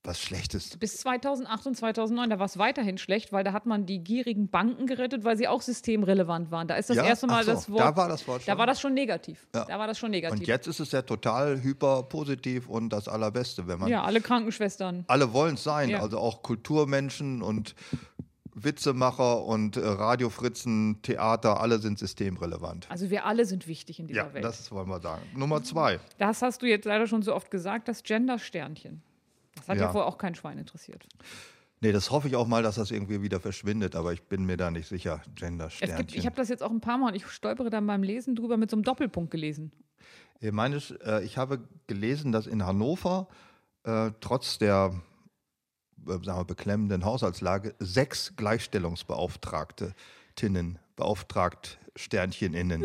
was Schlechtes.
Bis 2008 und 2009, da war es weiterhin schlecht, weil da hat man die gierigen Banken gerettet, weil sie auch systemrelevant waren. Da ist das
Ja?
erste Mal
Ach so,
das Wort.
da war das Wort schon.
Da war das schon negativ.
Ja.
Da war das schon negativ.
Und jetzt ist es ja total hyper positiv und das Allerbeste, wenn man
ja, alle Krankenschwestern.
alle wollen es sein,
Ja.
also auch Kulturmenschen und Witzemacher und äh, Radiofritzen, Theater, alle sind systemrelevant.
Also wir alle sind wichtig in dieser
Ja,
Welt. Mhm.
das wollen wir sagen. Nummer zwei.
Das hast du jetzt leider schon so oft gesagt, das Gender-Sternchen. Das hat ja,
Ja.
vorher auch kein Schwein interessiert.
Nee, das hoffe ich auch mal, dass das irgendwie wieder verschwindet, aber ich bin mir da nicht sicher.
Es gibt, ich
Gender-Sternchen.
habe das jetzt auch ein paar Mal und ich stolpere dann beim Lesen drüber mit so einem Doppelpunkt gelesen.
Ich, meine, ich, äh, ich habe gelesen, dass in Hannover äh, trotz der äh, sagen wir, beklemmenden Haushaltslage sechs Gleichstellungsbeauftragte Tinnen, Beauftragt Sterncheninnen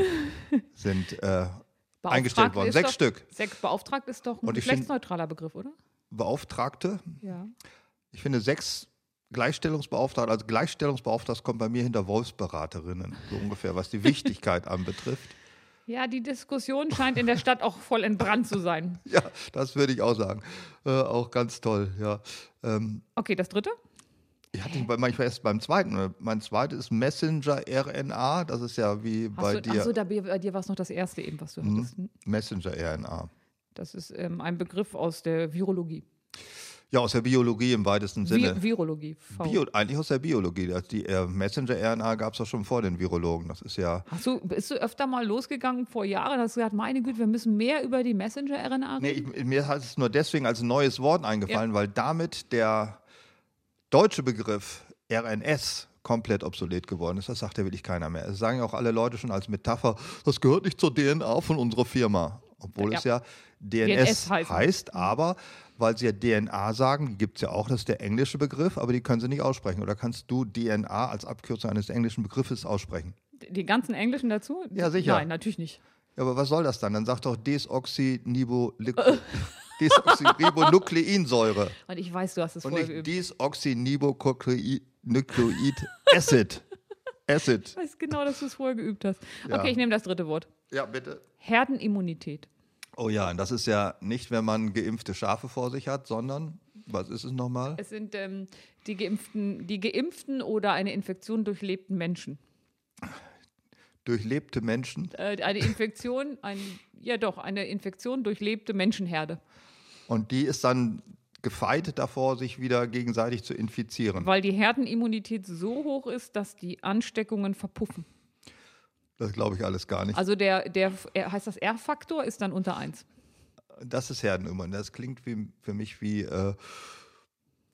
sind äh,
Beauftragt
eingestellt worden.
ist
Sechs
doch,
Stück.
Sechs beauftragt ist doch ein
Und ich find-
geschlechtsneutraler Begriff, oder?
Beauftragte.
Ja.
Ich finde sechs Gleichstellungsbeauftragte, also Gleichstellungsbeauftragte kommt bei mir hinter Wolfsberaterinnen, so ungefähr, was die Wichtigkeit anbetrifft.
Ja, die Diskussion scheint in der Stadt auch voll entbrannt zu sein.
Ja, das würde ich auch sagen. Äh, auch ganz toll, ja. Ähm,
Okay, das dritte?
ich hatte bei, ich war erst beim zweiten. ne? Mein zweites ist Messenger-RNA. Das ist ja wie bei
Hast du,
dir. Mhm.
Achso, da, bei dir war es noch das erste eben, was du hattest. ne?
Messenger-RNA.
Das ist ähm, ein Begriff aus der Virologie.
Ja, aus der Biologie im weitesten Sinne.
Vi Virologie. V.
Bio, eigentlich aus der Biologie. Also Die äh, Messenger-RNA gab es ja schon vor den Virologen. Das ist ja.
Hast du, bist du öfter mal losgegangen vor Jahren und hast gesagt, meine Güte, wir müssen mehr über die Messenger-RNA
Nee,
reden?
ich, mir hat es nur deswegen als neues Wort eingefallen, weil damit der deutsche Begriff RNS komplett obsolet geworden ist. Das sagt ja wirklich keiner mehr. Das sagen ja auch alle Leute schon als Metapher, das gehört nicht zur DNA von unserer Firma. Obwohl
Ja.
es ja DNS
DNS
heißt.
heißt.
aber weil sie ja DNA sagen, die gibt es ja auch, das ist der englische Begriff, aber die können sie nicht aussprechen. Oder kannst du DNA als Abkürzung eines englischen Begriffes aussprechen?
Den ganzen Englischen dazu?
Ja, sicher.
Nein, natürlich nicht.
Ja, aber was soll das dann? Dann sag doch Desoxynibolyk- Desoxyribonukleinsäure.
Und ich weiß, du hast es
Und
vorher
nicht
geübt.
Desoxynibonukleid Acid. Acid.
Ich weiß genau, dass du es vorher geübt hast.
Ja.
Okay, ich nehme das dritte Wort.
Ja, bitte.
Herdenimmunität.
Oh ja, und das ist ja nicht, wenn man geimpfte Schafe vor sich hat, sondern, was ist es nochmal?
Es sind ähm, die, geimpften, die geimpften oder eine Infektion durchlebten Menschen.
Durchlebte Menschen.
Äh, eine Infektion, ein, ja doch, eine Infektion durchlebte Menschenherde.
Und die ist dann gefeit davor, sich wieder gegenseitig zu infizieren.
Weil die Herdenimmunität so hoch ist, dass die Ansteckungen verpuffen.
Das glaube ich alles gar nicht.
Also der, der er- heißt das R-Faktor, ist dann unter 1.
Das ist Herdenimmun. Das klingt wie, für mich wie äh,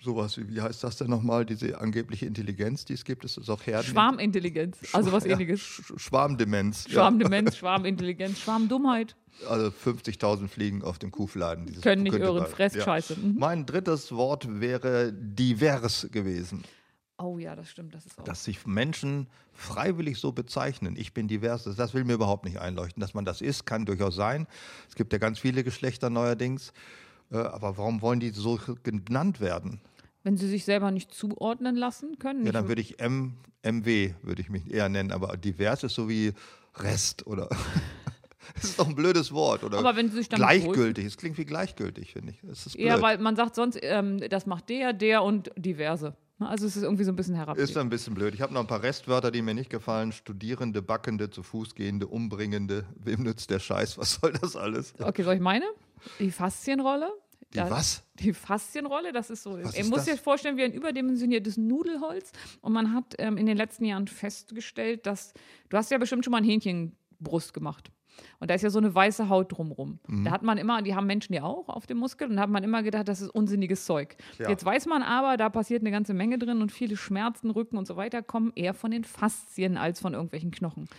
sowas, wie, wie heißt das denn nochmal, diese angebliche Intelligenz, die es gibt, ist das auch Herden...
Schwarmintelligenz, also was
Ja,
ähnliches.
Sch- Schwarmdemenz.
Schwarmdemenz, Schwarmintelligenz, Schwarmdummheit.
Ja, also 50.000 Fliegen auf dem Kuhfladen. dieses
Können nicht
Gerüchte
irren,
da.
Fressscheiße. Mhm.
Mein drittes Wort wäre divers gewesen.
Oh ja, das stimmt, das ist auch.
Dass sich Menschen freiwillig so bezeichnen, ich bin divers, das- das will mir überhaupt nicht einleuchten. Dass man das ist, kann durchaus sein. Es gibt ja ganz viele Geschlechter neuerdings. Äh, Aber warum wollen die so genannt werden?
Wenn sie sich selber nicht zuordnen lassen können.
Ja,
nicht
dann würde ich M, MW, würde ich mich eher nennen. Aber divers ist so wie Rest oder. das ist doch ein blödes Wort. Oder
Aber wenn sie sich damit
Gleichgültig. Es klingt wie gleichgültig, finde ich. Es ist blöd.
Ja, weil man sagt sonst, ähm, das macht der, der und diverse. Ne, Also es ist irgendwie so ein bisschen herabwürdigend.
Ist ein bisschen blöd. Ich habe noch ein paar Restwörter, die mir nicht gefallen. Studierende, Backende, zu Fuß gehende, Umbringende. Wem nützt der Scheiß? Was soll das alles?
Okay, soll ich meine? Die Faszienrolle.
Die was?
Die Faszienrolle, das ist so.
Was
ihr
ist
muss
das?
sich vorstellen, wie ein überdimensioniertes Nudelholz. Und man hat ähm, in den letzten Jahren festgestellt, dass du hast ja bestimmt schon mal ein Hähnchenbrust gemacht. Und da ist ja so eine weiße Haut drumrum. Da hat man immer, die haben Menschen ja auch auf dem Muskel, und da hat man immer gedacht, das ist unsinniges Zeug.
Ja.
Jetzt weiß man aber, da passiert eine ganze Menge drin und viele Schmerzen, Rücken und so weiter kommen eher von den Faszien als von irgendwelchen Knochen.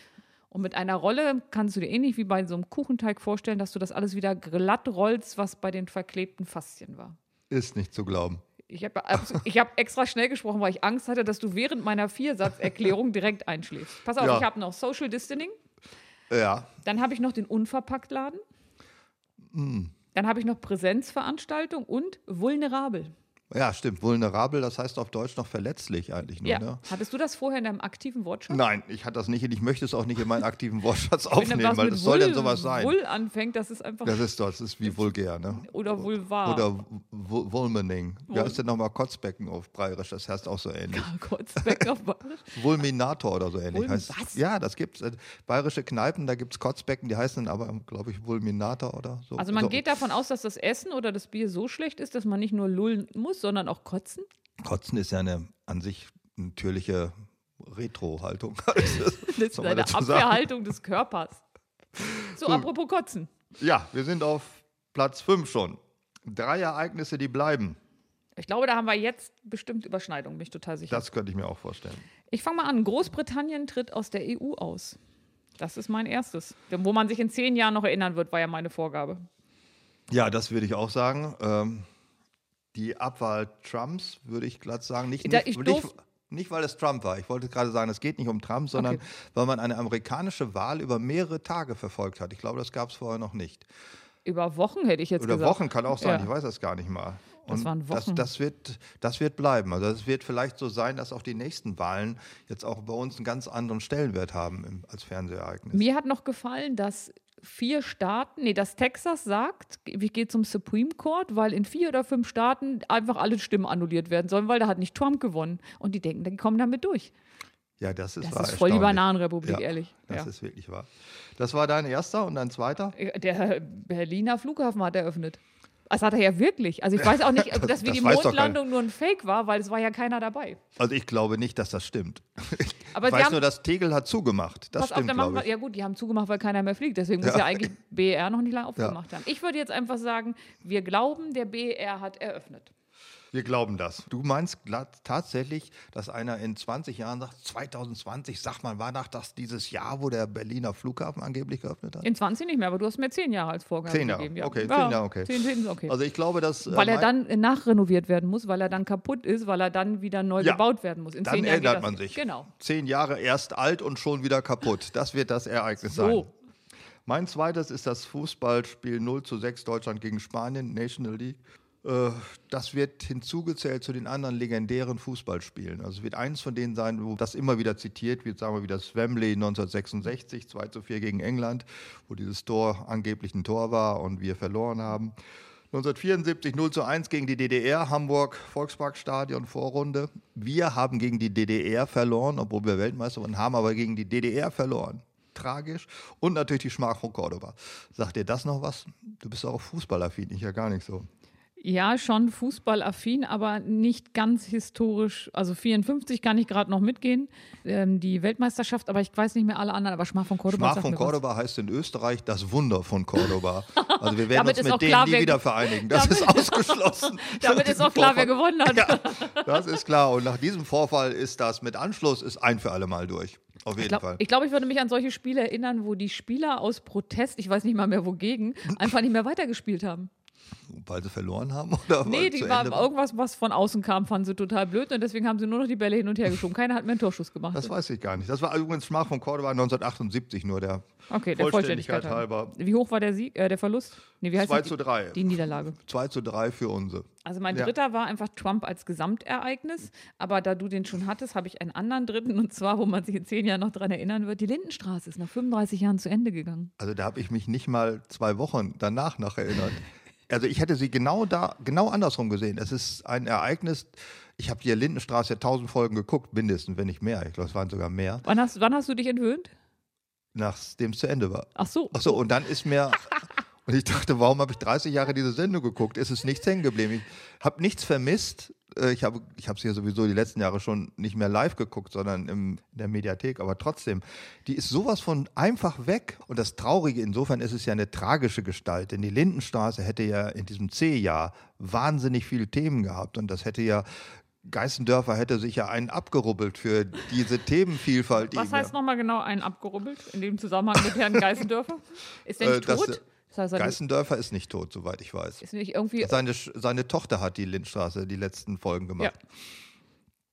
Und mit einer Rolle kannst du dir ähnlich wie bei so einem Kuchenteig vorstellen, dass du das alles wieder glatt rollst, was bei den verklebten Faszien war.
Ist nicht zu glauben.
Ich habe abs- ich hab extra schnell gesprochen, weil ich Angst hatte, dass du während meiner Viersatzerklärung direkt einschläfst. Pass auf,
Ja.
ich habe noch Social Distancing,
Ja,
dann habe ich noch den Unverpacktladen,
Hm.
dann habe ich noch Präsenzveranstaltung und vulnerabel.
ja stimmt. Vulnerabel, das heißt auf Deutsch noch verletzlich eigentlich nur.
Ja.
Ne?
Hattest du das vorher in deinem aktiven Wortschatz?
Nein, ich hatte das nicht und ich möchte es auch nicht in meinen aktiven Wortschatz
Wenn dann
aufnehmen,
was
weil
mit
das soll denn
Vul-
sowas sein.
Vul anfängt, das ist einfach.
Das ist, das ist wie vulgär, ne?
oder vulvar.
Oder Wul- Wulmening. Ja, ist denn nochmal Kotzbecken auf Bayerisch? Das heißt auch so ähnlich.
Kurz weg auf Bayerisch.
Vulminator oder so ähnlich
Vulm-
heißt
was?
Ja, das gibt's. Äh, bayerische Kneipen, da gibt's Kotzbecken, die heißen dann aber, glaube ich, Vulminator oder so.
Also man
so,
geht davon aus, dass das Essen oder das Bier so schlecht ist, dass man nicht nur lullen muss, sondern auch kotzen.
Kotzen ist ja eine an sich natürliche Retro-Haltung. Das
Das ist
soll man
eine
dazu sagen?
Abwehrhaltung des Körpers. So, apropos kotzen.
Ja, wir sind auf Platz 5 schon. Drei Ereignisse, die bleiben.
Ich glaube, da haben wir jetzt bestimmt Überschneidungen, bin ich total sicher.
Das könnte ich mir auch vorstellen.
ich fange mal an. Großbritannien tritt aus der EU aus. Das ist mein erstes. Wo man sich in zehn Jahren noch erinnern wird, war ja meine Vorgabe.
Ja, das würde ich auch sagen. Ähm, die Abwahl Trumps würde ich glatt sagen, nicht,
Da-
nicht,
ich
nicht,
durf-
nicht weil es Trump war. Ich wollte gerade sagen, es geht nicht um Trump, sondern
Okay.
weil man eine amerikanische Wahl über mehrere Tage verfolgt hat. Ich glaube, das gab es vorher noch nicht.
Über Wochen hätte ich jetzt
Oder
gesagt.
Wochen kann auch sein,
Ja.
ich weiß das gar nicht mal.
Das waren
Das,
Wochen.
das, wird, das wird bleiben. Also es wird vielleicht so sein, dass auch die nächsten Wahlen jetzt auch bei uns einen ganz anderen Stellenwert haben im, als Fernsehereignis.
Mir hat noch gefallen, dass vier Staaten, nee, dass Texas sagt, ich gehe zum Supreme Court, weil in vier oder fünf Staaten einfach alle Stimmen annulliert werden sollen, weil da hat nicht Trump gewonnen. Und die denken, die kommen damit durch.
ja, das ist,
Das
wahr,
ist voll die
erstaunlich.
Bananenrepublik,
Ja,
ehrlich.
Das
Ja.
ist wirklich wahr. Das war dein erster und dein zweiter?
Der Berliner Flughafen hat eröffnet. Das hat er ja wirklich. Also ich weiß auch nicht, dass wie
das
die
weiß doch
Mondlandung nur ein Fake war, weil es war ja keiner dabei.
Also ich glaube nicht, dass das stimmt. Ich
Aber sie
weiß
haben-
nur, dass Tegel hat zugemacht. Das
Pass auf,
stimmt,
dann machen
glaube ich.
wir, ja gut, die haben zugemacht, weil keiner mehr fliegt. Deswegen muss
Ja.
ja eigentlich BER noch nicht lange aufgemacht haben. Ich würde jetzt einfach sagen, wir glauben, der BER hat eröffnet.
Wir glauben das. Du meinst glatt, tatsächlich, dass einer in 20 Jahren sagt, 2020, sag mal, war nach das dieses Jahr, wo der Berliner Flughafen angeblich geöffnet hat?
In 20 nicht mehr, aber du hast mir 10 Jahre als Vorgabe
Zehn Jahre,
gegeben. Ja.
okay,
ja,
zehn Jahre, okay.
10, 10 ist okay.
Also ich glaube, dass... äh,
weil er
mein-
dann äh, nachrenoviert werden muss, weil er dann kaputt ist, weil er dann wieder neu
Ja.
gebaut werden muss. In
dann
zehn Jahren geht
ändert
das
man sich.
nicht. Genau.
Zehn Jahre erst alt und schon wieder kaputt. Das wird das Ereignis sein.
So.
Mein zweites ist das Fußballspiel 0 zu 6 Deutschland gegen Spanien, National League. Äh, Das wird hinzugezählt zu den anderen legendären Fußballspielen. Also es wird eins von denen sein, wo das immer wieder zitiert wird, sagen wir wie das Wembley 1966, 2 zu 4 gegen England, wo dieses Tor angeblich ein Tor war und wir verloren haben. 1974 0 zu 1 gegen die DDR, Hamburg Volksparkstadion Vorrunde. Wir haben gegen die DDR verloren, obwohl wir Weltmeister waren, haben aber gegen die DDR verloren. Tragisch. Und natürlich die Schmach von Cordoba. Sagt dir das noch was? Du bist auch Fußballaffin, ich ja gar nicht so.
Ja, schon fußballaffin, aber nicht ganz historisch. Also 54 kann ich gerade noch mitgehen, ähm, die Weltmeisterschaft, aber ich weiß nicht mehr alle anderen, aber Schmach von Cordoba.
Schmach
sagt
von
mir was.
Cordoba heißt in Österreich das Wunder von Cordoba. Also wir werden
Damit
uns
ist auch
mit denen
klar,
nie
wer-
wieder vereinigen. Das ist ausgeschlossen.
Damit ist auch klar, wer gewonnen hat.
Ja, das ist klar. Und nach diesem Vorfall ist das mit Anschluss ist ein für alle Mal durch. Auf jeden
Ich glaube,
Fall.
ich, glaub, ich würde mich an solche Spiele erinnern, wo die Spieler aus Protest, ich weiß nicht mal mehr wogegen, einfach nicht mehr weitergespielt haben.
Weil sie verloren haben oder
Nee,
weil
die
zu
waren
Ende war?
irgendwas, was von außen kam, fanden sie total blöd und deswegen haben sie nur noch die Bälle hin und her geschoben. Keiner hat mehr einen Torschuss gemacht.
Das weiß ich gar nicht. Das war übrigens Schmach von Cordoba 1978 nur der.
okay, der
Vollständigkeit
Vollständigkeit halber. Wie hoch war der Sieg, äh, der Verlust? Nee, wie heißt
2
die-
zu 3.
Die Niederlage.
2 zu 3 für unsere.
Also mein
Ja.
dritter war einfach Trump als Gesamtereignis, aber da du den schon hattest, habe ich einen anderen dritten und zwar, wo man sich in zehn Jahren noch dran erinnern wird, die Lindenstraße ist nach 35 Jahren zu Ende gegangen.
Also da habe ich mich nicht mal zwei Wochen danach noch erinnert. Also ich hätte sie genau da, genau andersrum gesehen. Es ist ein Ereignis. Ich habe die Lindenstraße ja tausend Folgen geguckt, mindestens, wenn nicht mehr. Ich glaube, es waren sogar mehr,
Wann hast, wann hast du dich entwöhnt?
nachdem es zu Ende war.
Ach so.
Achso, und dann ist mir. Und ich dachte, warum habe ich 30 Jahre diese Sendung geguckt? Es ist nichts hängen geblieben. Ich habe nichts vermisst. Äh, Ich habe ich habe sie ja sowieso die letzten Jahre schon nicht mehr live geguckt, sondern im, in der Mediathek. Aber trotzdem, die ist sowas von einfach weg. Und das Traurige insofern ist es ja eine tragische Gestalt. Denn die Lindenstraße hätte ja in diesem C-Jahr wahnsinnig viele Themen gehabt. Und das hätte ja, Geißendörfer hätte sich ja einen abgerubbelt für diese Themenvielfalt. die
Was
wir-
heißt nochmal genau ein abgerubbelt in dem Zusammenhang mit Herrn Geißendörfer? Ist der
Äh,
nicht
das-
tot? Das heißt, er
Geißendörfer ist nicht tot, soweit ich weiß.
ist nicht irgendwie.
Seine, Sch- seine Tochter hat die Lindstraße die letzten Folgen
Ja.
gemacht.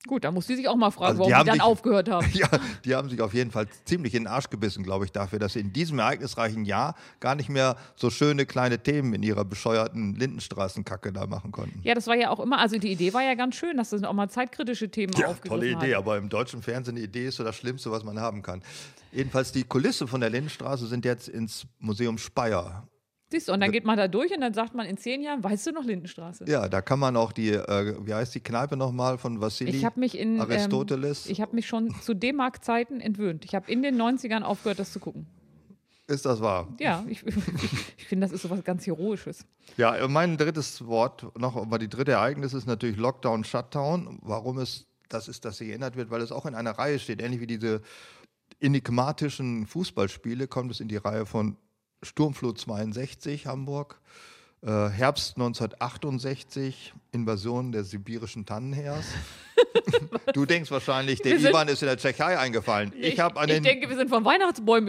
Gut, da muss die sich auch mal fragen,
Also die
warum die,
haben
dann
dich-
aufgehört haben.
Ja. die haben sich auf jeden Fall ziemlich in den Arsch gebissen, glaube ich, dafür, dass sie in diesem ereignisreichen Jahr gar nicht mehr so schöne kleine Themen in ihrer bescheuerten Lindenstraßenkacke da machen konnten.
Ja, das war ja auch immer, also die Idee war ja ganz schön, dass das auch mal zeitkritische Themen aufgegriffen
tolle Idee,
hat.
aber im deutschen Fernsehen eine Idee ist so das Schlimmste, was man haben kann. Jedenfalls die Kulisse von der Lindenstraße sind jetzt ins Museum Speyer.
Siehst du, und dann geht man da durch und dann sagt man in zehn Jahren, weißt du noch Lindenstraße?
Ja, da kann man auch die, äh, wie heißt die Kneipe nochmal von Vassili?
Ich habe mich in
Aristoteles.
Ähm, ich habe mich schon zu D-Mark-Zeiten entwöhnt. Ich habe in den 90ern aufgehört, das zu gucken.
ist das wahr?
Ja, ich, ich, ich finde, das ist sowas ganz Heroisches.
Ja, äh, mein drittes Wort noch, aber die dritte Ereignis ist natürlich Lockdown, Shutdown. Warum es das ist, dass sie geändert wird, weil es auch in einer Reihe steht. Ähnlich wie diese enigmatischen Fußballspiele kommt es in die Reihe von Sturmflut 62 Hamburg, äh, Herbst 1968, Invasion der sibirischen Tannenhers. du denkst wahrscheinlich, der
Wir sind-
Ivan ist in der Tschechei eingefallen. Ich, habe an
ich
den
denke, wir sind von Weihnachtsbäumen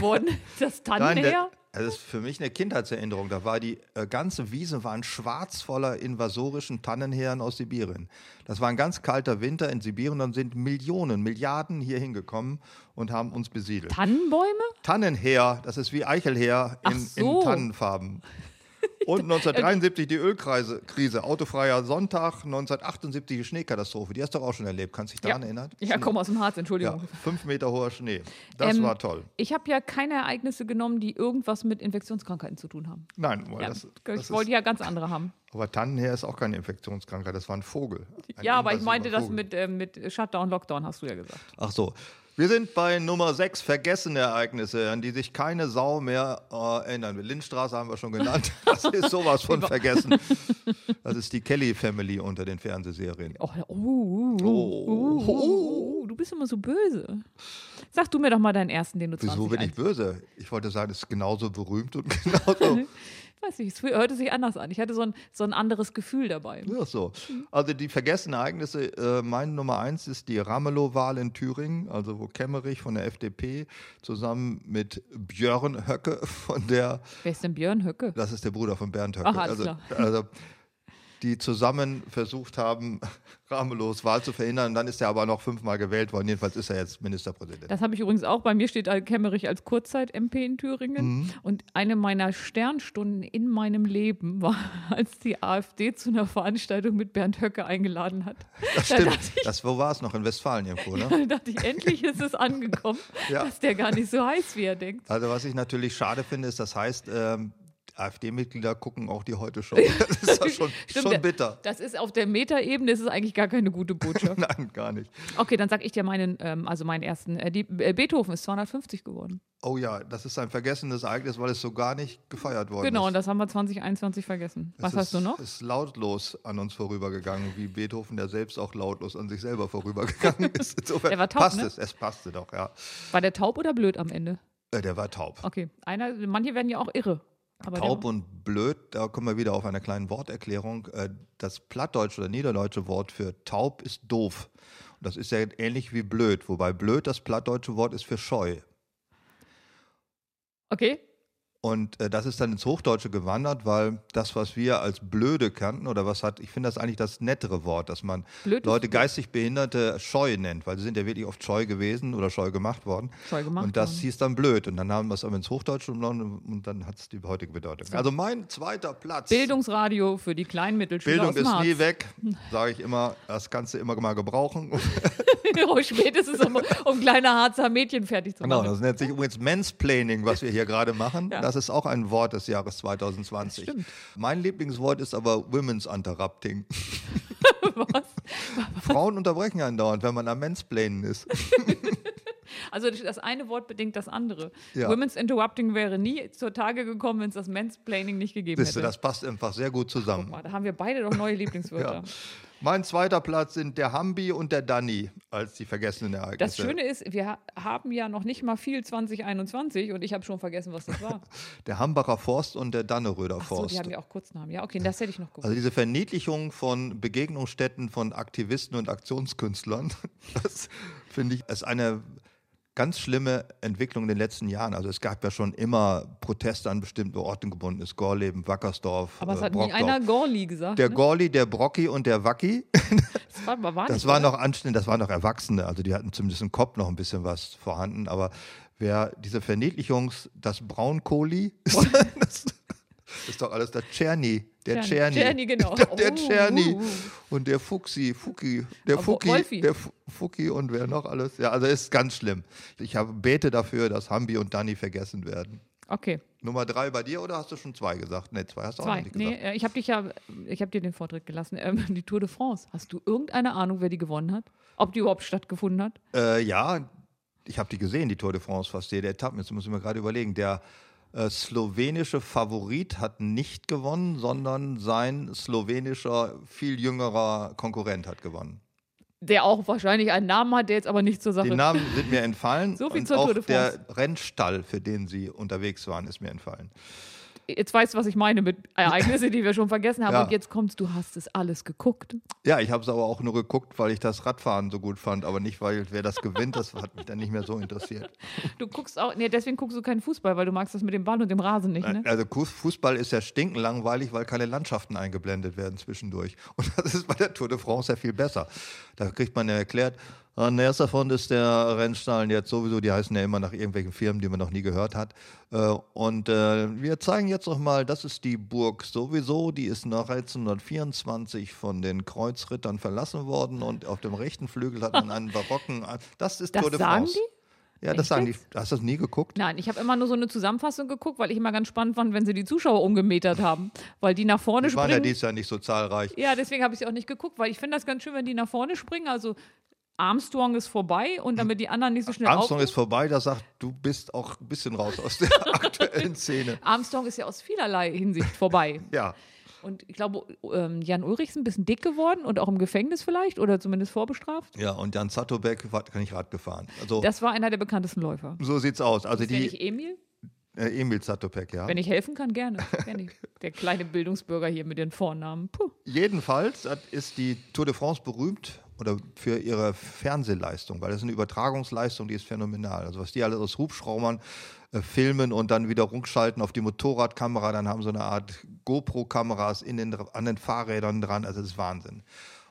worden. Das
Nein, der,
Tannenheer.
das ist für mich eine Kindheitserinnerung. Da war die äh, ganze Wiese waren schwarz voller invasorischen Tannenherren aus Sibirien. Das war ein ganz kalter Winter in Sibirien. Dann sind Millionen, Milliarden hier hingekommen und haben uns besiedelt.
Tannenbäume?
Tannenheer, das ist wie Eichelheer in,
Ach so.
in Tannenfarben. Und 1973 die Ölkrise, Krise, autofreier Sonntag, 1978 die Schneekatastrophe. Die hast du doch auch schon erlebt. Kannst dich daran erinnern?
Ja,
Schnee.
komm aus dem Harz,
Ja,
Entschuldigung.
fünf Meter hoher Schnee. Das
Ähm,
war toll.
Ich habe ja keine Ereignisse genommen, die irgendwas mit Infektionskrankheiten zu tun haben.
Nein, weil
Ja,
das, das
ich
ist-
wollte ja ganz andere haben.
Aber Tannenheer ist auch keine Infektionskrankheit, das war ein Vogel. Ein
ja, aber ich
invasiver
meinte das
Vogel.
mit, äh, mit Shutdown, Lockdown, hast du ja gesagt.
Ach so. Wir sind bei Nummer 6, vergessene Ereignisse, an die sich keine Sau mehr äh, erinnern will. Lindstraße haben wir schon genannt. Das ist sowas von vergessen. Das ist die Kelly Family unter den Fernsehserien.
Oh, oh, oh, oh, oh, oh, oh, du bist immer so böse. Sag du mir doch mal deinen ersten, den du 20
Wieso bin ich böse? Ich wollte sagen, es ist genauso berühmt und genauso
Weiß nicht, es hörte sich anders an. Ich hatte so ein, so ein anderes Gefühl dabei.
Ja, so. Also die vergessenen Ereignisse, äh, mein Nummer eins ist die Ramelow-Wahl in Thüringen, also wo Kemmerich von der FDP zusammen mit Björn Höcke von der,
Wer ist denn Björn Höcke?
das ist der Bruder von Bernd Höcke.
Aha, alles
also,
klar.
also die zusammen versucht haben, ramelos Wahl zu verhindern. Dann ist er aber noch fünfmal gewählt worden. Jedenfalls ist er jetzt Ministerpräsident.
Das habe ich übrigens auch. Bei mir steht Al Kemmerich als Kurzzeit-MP in Thüringen.
Mhm.
Und eine meiner Sternstunden in meinem Leben war, als die AfD zu einer Veranstaltung mit Bernd Höcke eingeladen hat.
Das
da
stimmt.
dachte ich,
Das, wo war es noch? In Westfalen irgendwo, ne?
da dachte ich, endlich ist es angekommen,
Ja.
dass der gar nicht so heiß, wie er denkt.
Also was ich natürlich schade finde, ist, das heißt, ähm, AfD-Mitglieder gucken auch die heute Show. Das ist ja schon, schon
der-
bitter.
Das ist auf der Metaebene, das ist eigentlich gar keine gute Botschaft.
Nein, gar nicht.
Okay, dann sag ich dir meinen, ähm, also meinen ersten. Äh, die, äh, Beethoven ist 250 geworden.
Oh ja, das ist ein vergessenes Ereignis, weil es so gar Oh, nicht gefeiert worden
genau, und
ist.
das haben wir 2021 vergessen. Was
es
hast du
ist,
noch?
Es ist lautlos an uns vorübergegangen, wie Beethoven, der selbst auch lautlos an sich selber vorübergegangen ist. Insofern
Der war taub,
passt
ne?
es, es passte doch, ja.
War der taub oder blöd am Ende?
Äh, der war taub.
Okay, einer, manche werden ja auch irre. Aber
Taub
der,
und blöd, da kommen wir wieder auf eine kleine Worterklärung. Äh, Das plattdeutsche oder niederdeutsche Wort für taub ist doof. Und das ist ja ähnlich wie blöd, wobei blöd das plattdeutsche Wort ist für scheu.
okay,
Und äh, das ist dann ins Hochdeutsche gewandert, weil das, was wir als blöde kannten, oder was hat, ich finde das eigentlich das nettere Wort, dass man
Blöd ist
Leute
blöd.
geistig Behinderte scheu nennt, weil sie sind ja wirklich oft scheu gewesen oder scheu gemacht worden.
Scheu gemacht
Und das
worden.
hieß dann blöd. Und dann haben wir es aber ins Hochdeutsche umgenommen und dann hat es die heutige Bedeutung. Also mein zweiter Platz.
Bildungsradio für die kleinen Mittelschüler
Bildung
aus dem
ist nie
Harz.
weg, sage ich immer. Das kannst du immer mal gebrauchen.
Oh, Spätestens um, um kleine Harzer Mädchen fertig zu
Genau,
machen.
das nennt sich übrigens Mansplaining, was wir hier gerade machen.
Ja.
Das ist auch ein Wort des Jahres 2020.
Das stimmt.
Mein Lieblingswort ist aber Women's Interrupting.
Was?
Frauen unterbrechen andauernd, wenn man am Mansplainen ist.
Also das eine Wort bedingt das andere.
Ja.
Women's Interrupting wäre nie zur Tage gekommen, wenn es das Mansplaining nicht gegeben
Siehst du,
hätte.
das passt einfach sehr gut zusammen.
Boah, da haben wir beide doch neue Lieblingswörter.
Ja. Mein zweiter Platz sind der Hambi und der Danny als die vergessenen Ereignisse.
Das Schöne ist, wir ha- haben ja noch nicht mal viel 2021 und ich habe schon vergessen, was das war.
der Hambacher Forst und der Danneröder
Ach so,
Forst.
die haben ja auch Kurznamen. Ja, okay, das hätte ich noch gewusst.
also diese Verniedlichung von Begegnungsstätten von Aktivisten und Aktionskünstlern, das finde ich, ist eine ganz schlimme Entwicklung in den letzten Jahren. Also es gab ja schon immer Proteste an bestimmte Orten gebunden, ist Gorleben, Wackersdorf,
Aber es
äh,
hat nie
Brockdorf.
einer Gorli gesagt.
der
ne?
Gorli, der Brocki und der Wacki.
das war, war
Das
nicht,
war
oder?
noch anständig, das waren noch Erwachsene, also die hatten zumindest im Kopf noch ein bisschen was vorhanden, aber wer diese Verniedlichungs, das Braunkohli, das ist doch alles der Czerny, der
Czerny.
Czerny.
Czerny, genau.
Der
Oh.
Czerny und der Fuchsi, Fuki, der
Aber
Fuki,
Wolfi.
der Fu- Fuki und wer noch alles. Ja, also ist ganz schlimm. Ich habe bete dafür, dass Hambi und Danny vergessen werden.
Okay,
Nummer drei bei dir oder hast du schon zwei gesagt? Ne, zwei hast du auch noch
zwei.
nicht
Nee,
gesagt.
äh, ich habe dich ja, ich habe dir den Vortritt gelassen. Ähm, die Tour de France. Hast du irgendeine Ahnung, wer die gewonnen hat? Ob die überhaupt stattgefunden hat?
Äh, ja, ich habe die gesehen, die Tour de France, fast jede Etappe. Jetzt muss ich mir gerade überlegen. Der äh, slowenische Favorit hat nicht gewonnen, sondern sein slowenischer, viel jüngerer Konkurrent hat gewonnen.
Der auch wahrscheinlich einen Namen hat, der jetzt aber nicht zur Sache.
Die Namen sind mir entfallen.
So viel
und
zur
auch
Tour de France.
Der Rennstall, für den sie unterwegs waren, ist mir entfallen.
Jetzt weißt du, was ich meine mit Ereignisse, die wir schon vergessen haben.
Ja.
Und jetzt kommst du, hast es alles geguckt.
Ja, ich habe es aber auch nur geguckt, weil ich das Radfahren so gut fand, aber nicht, weil wer das gewinnt, das hat mich dann nicht mehr so interessiert.
Du guckst auch, nee, deswegen guckst du keinen Fußball, weil du magst das mit dem Ball und dem Rasen nicht, ne?
Also Ku- Fußball ist ja stinkenlangweilig, weil keine Landschaften eingeblendet werden zwischendurch. Und das ist bei der Tour de France ja viel besser. Da kriegt man ja erklärt, an erster Front ist der Rennstall jetzt sowieso, die heißen ja immer nach irgendwelchen Firmen, die man noch nie gehört hat. Äh, Und äh, wir zeigen jetzt noch mal, das ist die Burg sowieso, die ist nach 1324 von den Kreuzrittern verlassen worden und auf dem rechten Flügel hat man einen barocken. Das ist
Das
Tour de
sagen
France. Ja, das
Echt
sagen die.
jetzt?
Hast du das nie geguckt?
Nein, ich habe immer nur so eine Zusammenfassung geguckt, weil ich immer ganz spannend fand, wenn sie die Zuschauer umgemetert haben, weil die nach vorne
Die waren ja
springen.
dieses Jahr nicht so zahlreich.
Ja, deswegen habe ich sie auch nicht geguckt, weil ich finde das ganz schön, wenn die nach vorne springen. Also Armstrong ist vorbei und damit die anderen nicht so schnell
Armstrong
auf.
ist vorbei, da sagt, du bist auch ein bisschen raus aus der aktuellen Szene.
Armstrong ist ja aus vielerlei Hinsicht vorbei.
Ja,
Und ich glaube, ähm, Jan Ulrich ist ein bisschen dick geworden und auch im Gefängnis vielleicht oder zumindest vorbestraft.
ja, und Jan Zatterbeck war kann nicht Rad gefahren. Also
Das war einer der bekanntesten Läufer.
so sieht's aus. Also
Ist der
die
nicht Emil?
äh, Emil Zatterbeck, ja.
Wenn ich helfen kann, gerne. gerne. Der kleine Bildungsbürger hier mit den Vornamen. Puh.
äh, Jedenfalls hat- ist die Tour de France berühmt oder für ihre Fernsehleistung, weil das ist eine Übertragungsleistung, die ist phänomenal. Also was die alle aus Hubschraubern äh, filmen und dann wieder rumschalten auf die Motorradkamera, dann haben so eine Art GoPro-Kameras in den, an den Fahrrädern dran, also das ist Wahnsinn.